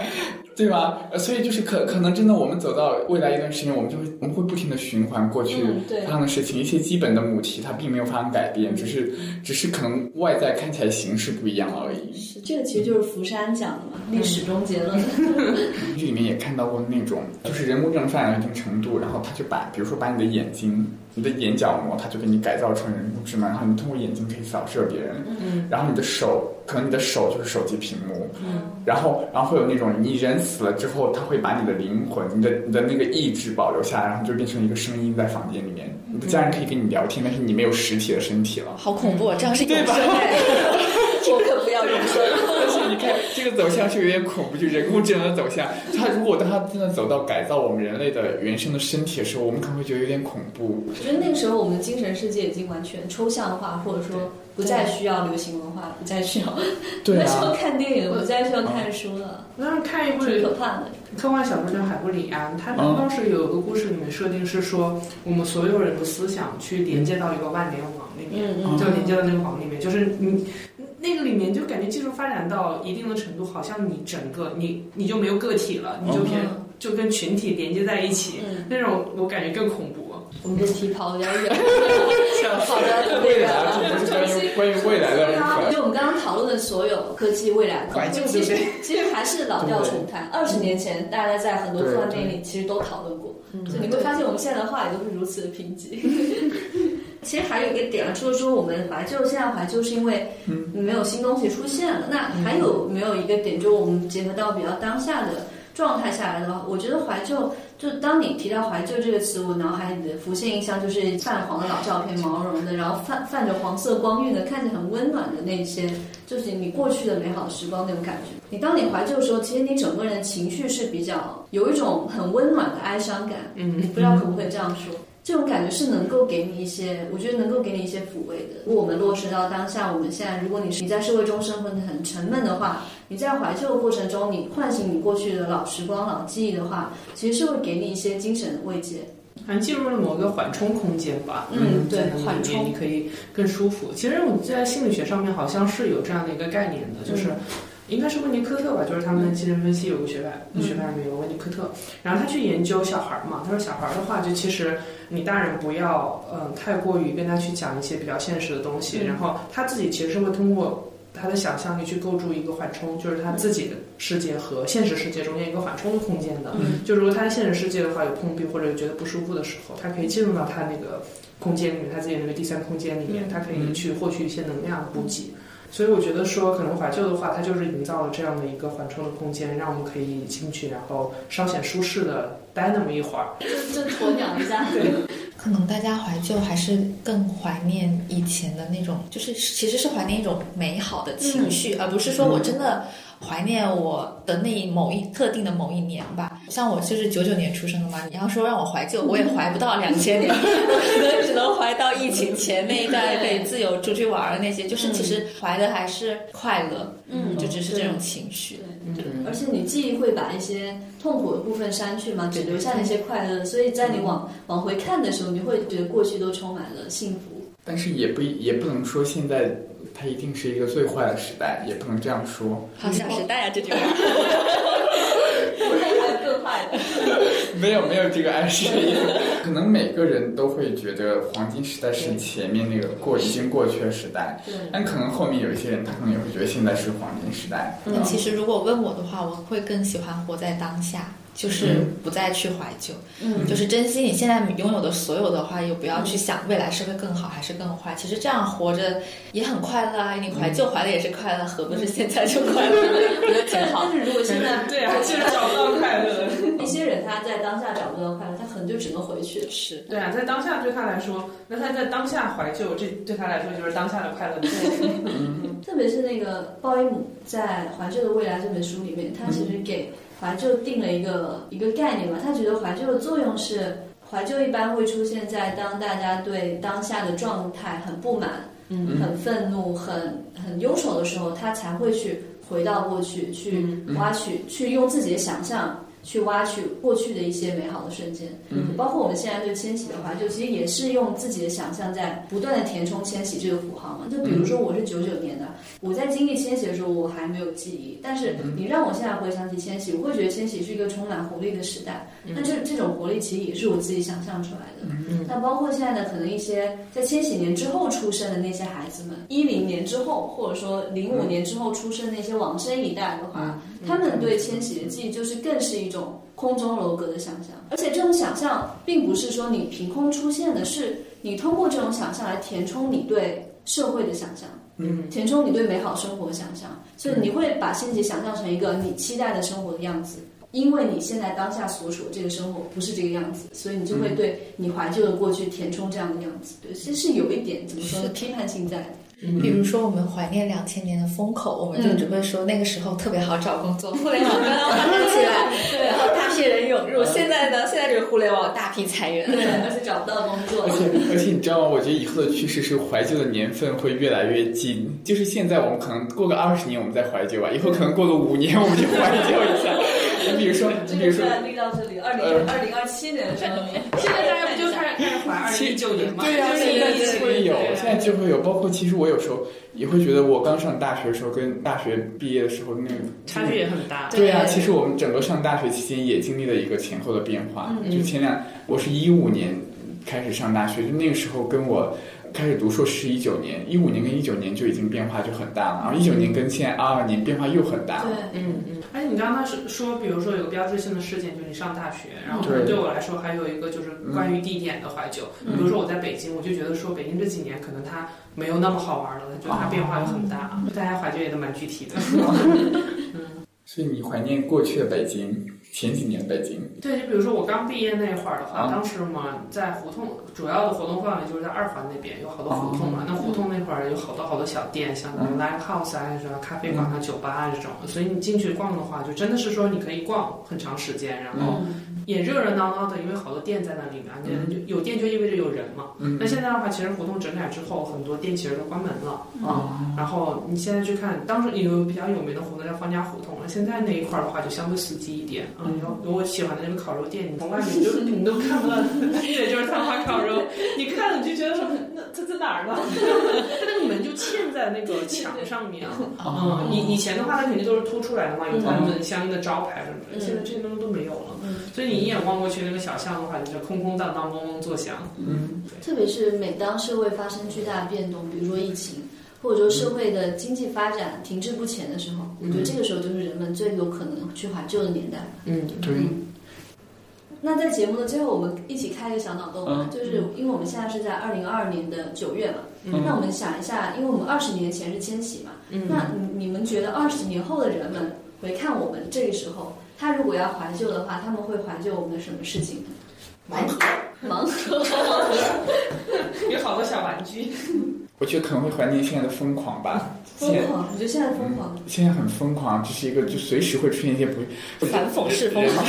[SPEAKER 1] 对吧？呃所以就是可可能真的，我们走到未来一段时间，我们就会我们会不停的循环过去
[SPEAKER 11] 嗯对
[SPEAKER 1] 发生的事情，一些基本的母题它并没有发生改变，只是只是可能外在看起来形式不一样而已。
[SPEAKER 3] 这个其实就是福山讲的嘛，历史终结论。
[SPEAKER 1] 这里面也看到过那种，就是人工智能发展到一定程度，然后他就把，比如说把你的眼睛、你的眼角膜，他就给你改造成人工智能，然后你通过眼睛可以扫射别人，
[SPEAKER 11] 嗯
[SPEAKER 1] 然后你的手，可能你的手就是手机屏幕，
[SPEAKER 11] 嗯
[SPEAKER 1] 然后然后会有那种你人死了之后，他会把你的灵魂、你的你的那个意志保留下来，然后就变成一个声音在房间里面，你的家人可以跟你聊天，但是你没有实体的身体了。
[SPEAKER 3] 好恐怖啊，这样是永
[SPEAKER 1] 对
[SPEAKER 3] 生
[SPEAKER 1] 吧
[SPEAKER 3] 哎， 我可不要永生。
[SPEAKER 1] 但是你看这个走向是有点恐怖，就人工智能的走向。它如果当它真的走到改造我们人类的原生的身体的时候，我们可能会觉得有点恐怖。
[SPEAKER 3] 我觉得那个时候我们的精神世界已经完全抽象化，或者说不再需要流行文化，不再需要，
[SPEAKER 1] 对啊
[SPEAKER 3] 不再需要看电影，不再需要看书了。
[SPEAKER 2] 我当时看
[SPEAKER 4] 嗯
[SPEAKER 2] 一部
[SPEAKER 3] 挺可怕的。
[SPEAKER 2] 科幻小说叫《海布里安》，它
[SPEAKER 3] 嗯
[SPEAKER 2] 当时有一个故事里面设定是说，我们所有人的思想去连接到一个万年网里面，
[SPEAKER 11] 嗯嗯
[SPEAKER 2] 就连接到那个网里面，就是你那个里面就感觉技术发展到一定的程度，好像你整个你你就没有个体了，你就跟、
[SPEAKER 3] 嗯
[SPEAKER 2] 就跟群体连接在一起，
[SPEAKER 11] 嗯
[SPEAKER 2] 那种我感觉更恐怖。
[SPEAKER 3] 我们这题跑的比较 远，
[SPEAKER 2] 死
[SPEAKER 3] 跑的特别远了。
[SPEAKER 1] 未来啊这不是关于关于未来的部
[SPEAKER 3] 对啊，
[SPEAKER 1] 分
[SPEAKER 3] 我觉得我们刚刚讨论的所有科技未来的
[SPEAKER 1] 怀旧
[SPEAKER 3] 其实
[SPEAKER 1] 对
[SPEAKER 3] 其实还是老调重弹。二十年前，大家在很多
[SPEAKER 1] 对
[SPEAKER 3] 科幻电
[SPEAKER 1] 对
[SPEAKER 3] 影里其实都讨论过，所以
[SPEAKER 1] 对
[SPEAKER 3] 你会发现我们现在的话也都是如此的贫瘠。 其实还有一个点啊，除了说我们怀旧，现在怀旧是因为
[SPEAKER 1] 嗯
[SPEAKER 3] 没有新东西出现了。那还有没有一个点，就是我们结合到比较当下的状态下来的话，我觉得怀旧，就当你提到怀旧这个词，我脑海里的浮现印象就是泛黄的老照片，毛绒的，然后泛泛着黄色光晕的，看起来很温暖的那些，就是你过去的美好时光那种感觉。你当你怀旧的时候，其实你整个人的情绪是比较有一种很温暖的哀伤感，
[SPEAKER 2] 嗯
[SPEAKER 3] 不知道可不可以这样说？这种感觉是能够给你一些，我觉得能够给你一些抚慰的。如果我们落实到当下，我们现在，如果你是你在社会中生活的很沉闷的话，你在怀旧的过程中，你唤醒你过去的老时光、老记忆的话，其实是会给你一些精神的慰藉。
[SPEAKER 2] 好像进入了某个缓冲空间吧。
[SPEAKER 3] 嗯对
[SPEAKER 2] 在那个里面
[SPEAKER 3] 缓冲
[SPEAKER 2] 你可以更舒服。其实我在心理学上面好像是有这样的一个概念的，
[SPEAKER 3] 嗯
[SPEAKER 2] 就是。应该是温尼科特吧，就是他们精神分析有个学派，
[SPEAKER 11] 嗯
[SPEAKER 2] 学派里面有温尼科
[SPEAKER 3] 嗯
[SPEAKER 2] 特，然后他去研究小孩儿嘛，他说小孩儿的话，就其实你大人不要嗯、呃太过于跟他去讲一些比较现实的东西，
[SPEAKER 11] 嗯
[SPEAKER 2] 然后他自己其实是会通过他的想象力去构筑一个缓冲，就是他自己的世界和现实世界中间一个缓冲的空间的。
[SPEAKER 11] 嗯
[SPEAKER 2] 就如果他在现实世界的话有碰壁或者觉得不舒服的时候，他可以进入到他那个空间里面，他自己的那个第三空间里面，
[SPEAKER 11] 嗯
[SPEAKER 2] 他可以去获取一些能量的补给。所以我觉得说，可能怀旧的话，它就是营造了这样的一个缓冲的空间，让我们可以进去，然后稍显舒适的待那么一会儿。
[SPEAKER 3] 就鸵鸟一下。
[SPEAKER 6] 可能大家怀旧还是更怀念
[SPEAKER 3] 嗯
[SPEAKER 6] 以前的那种，就是其实是怀念一种美好的情绪，而不是说我真的怀念我的那一某一特定的某一年吧。像我就是九九年出生的嘛，你要说让我怀旧，我也怀不到两千 年，我可能只能怀到疫情前那一代可以自由出去玩儿的那些，就是其实怀的还是快乐，
[SPEAKER 3] 嗯
[SPEAKER 6] 就只是这
[SPEAKER 3] 对
[SPEAKER 6] 种情绪。
[SPEAKER 3] 而且你记忆会把一些痛苦的部分删去嘛，只留下那些快乐的，所以在你往往回看的时候，你会觉得过去都充满了 幸福。
[SPEAKER 1] 但是也不也不能说现在它一定是一个最坏的时代，也不能这样说。
[SPEAKER 6] 好小时代啊，这句话。
[SPEAKER 3] 更坏的。
[SPEAKER 1] 没有没有这个暗示的意思，可能每个人都会觉得黄金时代是前面那个过已经过去的时代
[SPEAKER 6] 对，
[SPEAKER 1] 但可能后面有一些人他可能也会觉得现在是黄金时代。
[SPEAKER 6] 那
[SPEAKER 3] 嗯
[SPEAKER 6] 其实如果问我的话，我会更喜欢活在当下，就是
[SPEAKER 3] 嗯
[SPEAKER 6] 不再去怀旧，
[SPEAKER 1] 嗯
[SPEAKER 6] 就是珍惜你现在拥有的所有的话，也
[SPEAKER 3] 嗯
[SPEAKER 6] 不要去想未来是会更好还是更坏。其实这样活着也很快乐啊，你
[SPEAKER 3] 嗯
[SPEAKER 6] 怀旧怀的也是快乐，何不是现在就快乐？我觉得挺好。
[SPEAKER 3] 但是如果现在
[SPEAKER 2] 啊
[SPEAKER 3] 一些人他在当下找不到快乐，他可能就只能回去。
[SPEAKER 6] 是
[SPEAKER 2] 对啊，在当下对他来说，那他在当下怀旧，这对他来说就是当下的快乐。
[SPEAKER 3] 特别是那个鲍伊姆在《怀旧的未来》这本书里面，他其
[SPEAKER 5] 嗯
[SPEAKER 3] 实给怀旧定了一个一个概念嘛。他觉得怀旧的作用是，怀旧一般会出现在当大家对当下的状态很不满、
[SPEAKER 5] 嗯
[SPEAKER 3] 很愤怒、很很忧愁的时候，他才会去回到过去，去
[SPEAKER 5] 嗯
[SPEAKER 3] 挖取，去用自己的想象。去挖取过去的一些美好的瞬间，
[SPEAKER 5] 嗯
[SPEAKER 3] 包括我们现在对千玺的怀旧，其实也是用自己的想象在不断的填充千玺这个符号嘛。就比如说
[SPEAKER 5] 嗯
[SPEAKER 3] 我是九九年的，我在经历千玺的时候，我还没有记忆，但是
[SPEAKER 5] 嗯
[SPEAKER 3] 你让我现在回想起千玺，我会觉得千玺是一个充满活力的时代。
[SPEAKER 5] 嗯
[SPEAKER 3] 那这这种活力其实也是我自己想象出来的。
[SPEAKER 5] 嗯
[SPEAKER 3] 那包括现在的可能一些在千禧年之后出生的那些孩子们，一零年之后，或者说零五年之后出生的那些往生一代的话，
[SPEAKER 5] 嗯
[SPEAKER 3] 他们对千禧的记忆就是更是一种空中楼阁的想象，而且这种想象并不是说你凭空出现的，是你通过这种想象来填充你对社会的想象。
[SPEAKER 5] 嗯
[SPEAKER 3] 填充你对美好生活的想象，所以你会把现实想象成一个你期待的生活的样子，因为你现在当下所处的这个生活不是这个样子，所以你就会对你怀旧的过去填充这样的样子。对，其实是有一点怎么说呢？批判性在的。
[SPEAKER 6] 比如说，我们怀念两千年的风口，我们
[SPEAKER 3] 嗯
[SPEAKER 6] 就只会说那个时候特别好找工作，互 联网刚刚发展起来，然后大批人涌入。现在呢，现在就是互联网大批裁 员，
[SPEAKER 3] 嗯对而且找不到工作
[SPEAKER 1] 而 且而且你知道吗？我觉得以后的趋势是怀旧的年份会越来越近。就是现在我们可能过个二十年我们再怀旧吧，以后可能过个五年我们就怀旧一下。你比如说，你比如说，
[SPEAKER 3] 历到这里，二零
[SPEAKER 1] 呃
[SPEAKER 3] 二零二七年的时候，
[SPEAKER 2] 现在大家不 就开始开始怀二零一九年吗？
[SPEAKER 1] 对呀、啊
[SPEAKER 2] 就是
[SPEAKER 1] 现在
[SPEAKER 2] 一啊
[SPEAKER 1] 就会有，现在就会有。包括其实我有时候也会觉得，我刚上大学的时候跟大学毕业的时候那个
[SPEAKER 2] 差距也很大
[SPEAKER 1] 对啊，
[SPEAKER 2] 对
[SPEAKER 1] 其实我们整个上大学期间也经历了一个前后的变化。
[SPEAKER 2] 嗯
[SPEAKER 1] 就前两，我是一五年开始上大学，就那个时候跟我。开始读硕士一九年，一五年跟一九年就已经变化就很大了，然后一九年跟现在二二年变化又很大了。
[SPEAKER 2] 嗯嗯。而且你刚刚是说，比如说有个标志性的事件，就是你上大学，然后可能
[SPEAKER 1] 对
[SPEAKER 2] 对我来说还有一个就是关于地点的怀旧。
[SPEAKER 1] 嗯
[SPEAKER 2] 比如说我在北京，我就觉得说北京这几年可能它没有那么好玩了，就它变化又很大，
[SPEAKER 1] 哦
[SPEAKER 2] 大家怀旧也都蛮具体的。
[SPEAKER 1] 所以你怀念过去的北京，前几年的北京，
[SPEAKER 2] 对，就比如说我刚毕业那会儿的话，
[SPEAKER 1] 啊
[SPEAKER 2] 当时嘛，在胡同主要的活动范围就是在二环那边，有好多胡同嘛。
[SPEAKER 1] 哦嗯
[SPEAKER 2] 那胡同那会儿有好多好多小店，像那种 live house 啊，什么咖啡馆啊、酒吧啊这种。所以你进去逛的话，就真的是说你可以逛很长时间，
[SPEAKER 1] 嗯
[SPEAKER 2] 然后也热热闹闹的，因为好多店在那里面，就
[SPEAKER 1] 嗯
[SPEAKER 2] 有店就意味着有人嘛。
[SPEAKER 1] 嗯
[SPEAKER 2] 那现在的话，其实胡同整改之后，很多店其实都关门了
[SPEAKER 1] 啊。
[SPEAKER 2] 然后你现在去看，当时有比较有名的胡同叫方家胡同，那现在那一块儿的话就相对死寂一点啊。
[SPEAKER 1] 嗯
[SPEAKER 2] 有有我喜欢的那个烤肉店，你从外面就你都看不到， 对，就是探花烤肉，你看了你就觉得说，嗯那这在哪儿呢？ 它那个门就嵌在那个墙上面啊。
[SPEAKER 1] 哦
[SPEAKER 2] 嗯，以以前的话，它肯定都是凸出来的嘛，有它
[SPEAKER 1] 嗯
[SPEAKER 2] 们相应的招牌什么的，
[SPEAKER 1] 嗯
[SPEAKER 2] 现在这些东西都没有了。
[SPEAKER 3] 嗯
[SPEAKER 2] 所以你一眼望过去，那个小巷的话，就是空空荡荡、嗡嗡作响。
[SPEAKER 1] 嗯，
[SPEAKER 3] 特别是每当社会发生巨大的变动，比如说疫情，或者说社会的经济发展停滞不前的时候，我觉
[SPEAKER 5] 嗯
[SPEAKER 3] 得这个时候就是人们最有可能去怀旧的年代。
[SPEAKER 2] 嗯，
[SPEAKER 1] 对，
[SPEAKER 3] 那在节目的最后，我们一起开一个小脑洞吧，
[SPEAKER 5] 嗯
[SPEAKER 3] 就是因为我们现在是在二零二二年的九月嘛，
[SPEAKER 5] 嗯
[SPEAKER 3] 那我们想一下，因为我们二十年前是千禧嘛，
[SPEAKER 5] 嗯
[SPEAKER 3] 那你你们觉得二十年后的人们回看我们这个时候，他如果要怀旧的话，他们会怀旧我们的什么事情呢？
[SPEAKER 2] 盲盒，
[SPEAKER 3] 盲盒，
[SPEAKER 2] 有好多小玩具。
[SPEAKER 1] 我觉得可能会怀念现在的疯狂吧。现在
[SPEAKER 3] 疯狂，我觉得现在疯狂，
[SPEAKER 1] 现在很疯狂，这是一个就随时会出现一些不
[SPEAKER 3] 反
[SPEAKER 1] 讽式疯狂。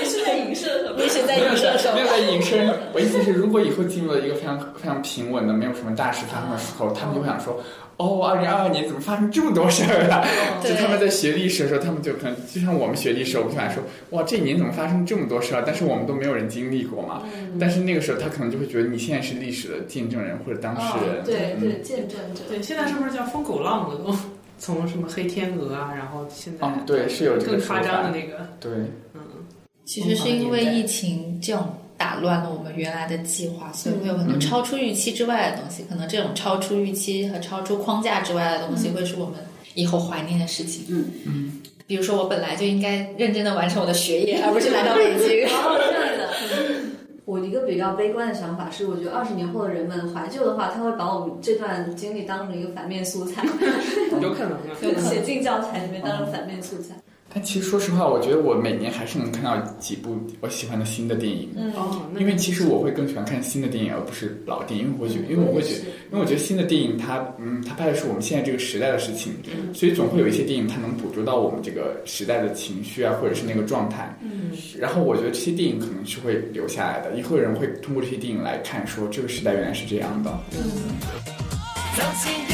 [SPEAKER 3] 你是在影射什么？
[SPEAKER 1] 你是
[SPEAKER 3] 在影射
[SPEAKER 1] 没有在影射什么。我意思是，如果以后进入了一个非常非常平稳的、没有什么大事发生的时候，他们就会想说：“哦，二零二二年怎么发生这么多事儿 了？”就
[SPEAKER 6] 对
[SPEAKER 1] 他们在学历史的时候，他们就可能就像我们学历时，我们就想说：“哇，这一年怎么发生这么多事儿？”啊但是我们都没有人经历过嘛。但是那个时候，他可能就会觉得你现在是历史的见证人或者当事人。
[SPEAKER 3] 对
[SPEAKER 1] 嗯
[SPEAKER 3] 对，见证者。
[SPEAKER 2] 对，现在是不是叫疯狗浪了都？ 从什么黑天鹅啊，然后现在
[SPEAKER 1] 嗯对是有这个
[SPEAKER 2] 更夸张
[SPEAKER 1] 说
[SPEAKER 2] 的
[SPEAKER 1] 法
[SPEAKER 2] 那个，
[SPEAKER 1] 对，
[SPEAKER 6] 其实是因为疫情这种打乱了我们原来的计划，所以会有很多
[SPEAKER 1] 嗯
[SPEAKER 6] 超出预期之外的东西。可能这种超出预期和超出框架之外的东西，
[SPEAKER 3] 嗯
[SPEAKER 6] 会是我们以后怀念的事情。
[SPEAKER 3] 嗯
[SPEAKER 1] 嗯，
[SPEAKER 6] 比如说我本来就应该认真的完成我的学业，而不是来到北京。
[SPEAKER 3] 哦，这样的。我一个比较悲观的想法是，我觉得二十年后的人们怀旧的话，他会把我们这段经历当成一个反面素材，
[SPEAKER 2] 有可能啊，
[SPEAKER 3] 写进教材里面当成反面素材。
[SPEAKER 1] 但其实说实话，我觉得我每年还是能看到几部我喜欢的新的电影。
[SPEAKER 3] 嗯，
[SPEAKER 2] 哦，
[SPEAKER 1] 因为其实我会更喜欢看新的电影，而不是老电影，因为我觉得，因为我会觉得，因为我觉得新的电影它，嗯，它拍的是我们现在这个时代的事情，所以总会有一些电影它能捕捉到我们这个时代的情绪啊，或者是那个状态。
[SPEAKER 3] 嗯，
[SPEAKER 1] 然后我觉得这些电影可能是会留下来的，以后有人会通过这些电影来看，说这个时代原来是这样的。
[SPEAKER 7] 走进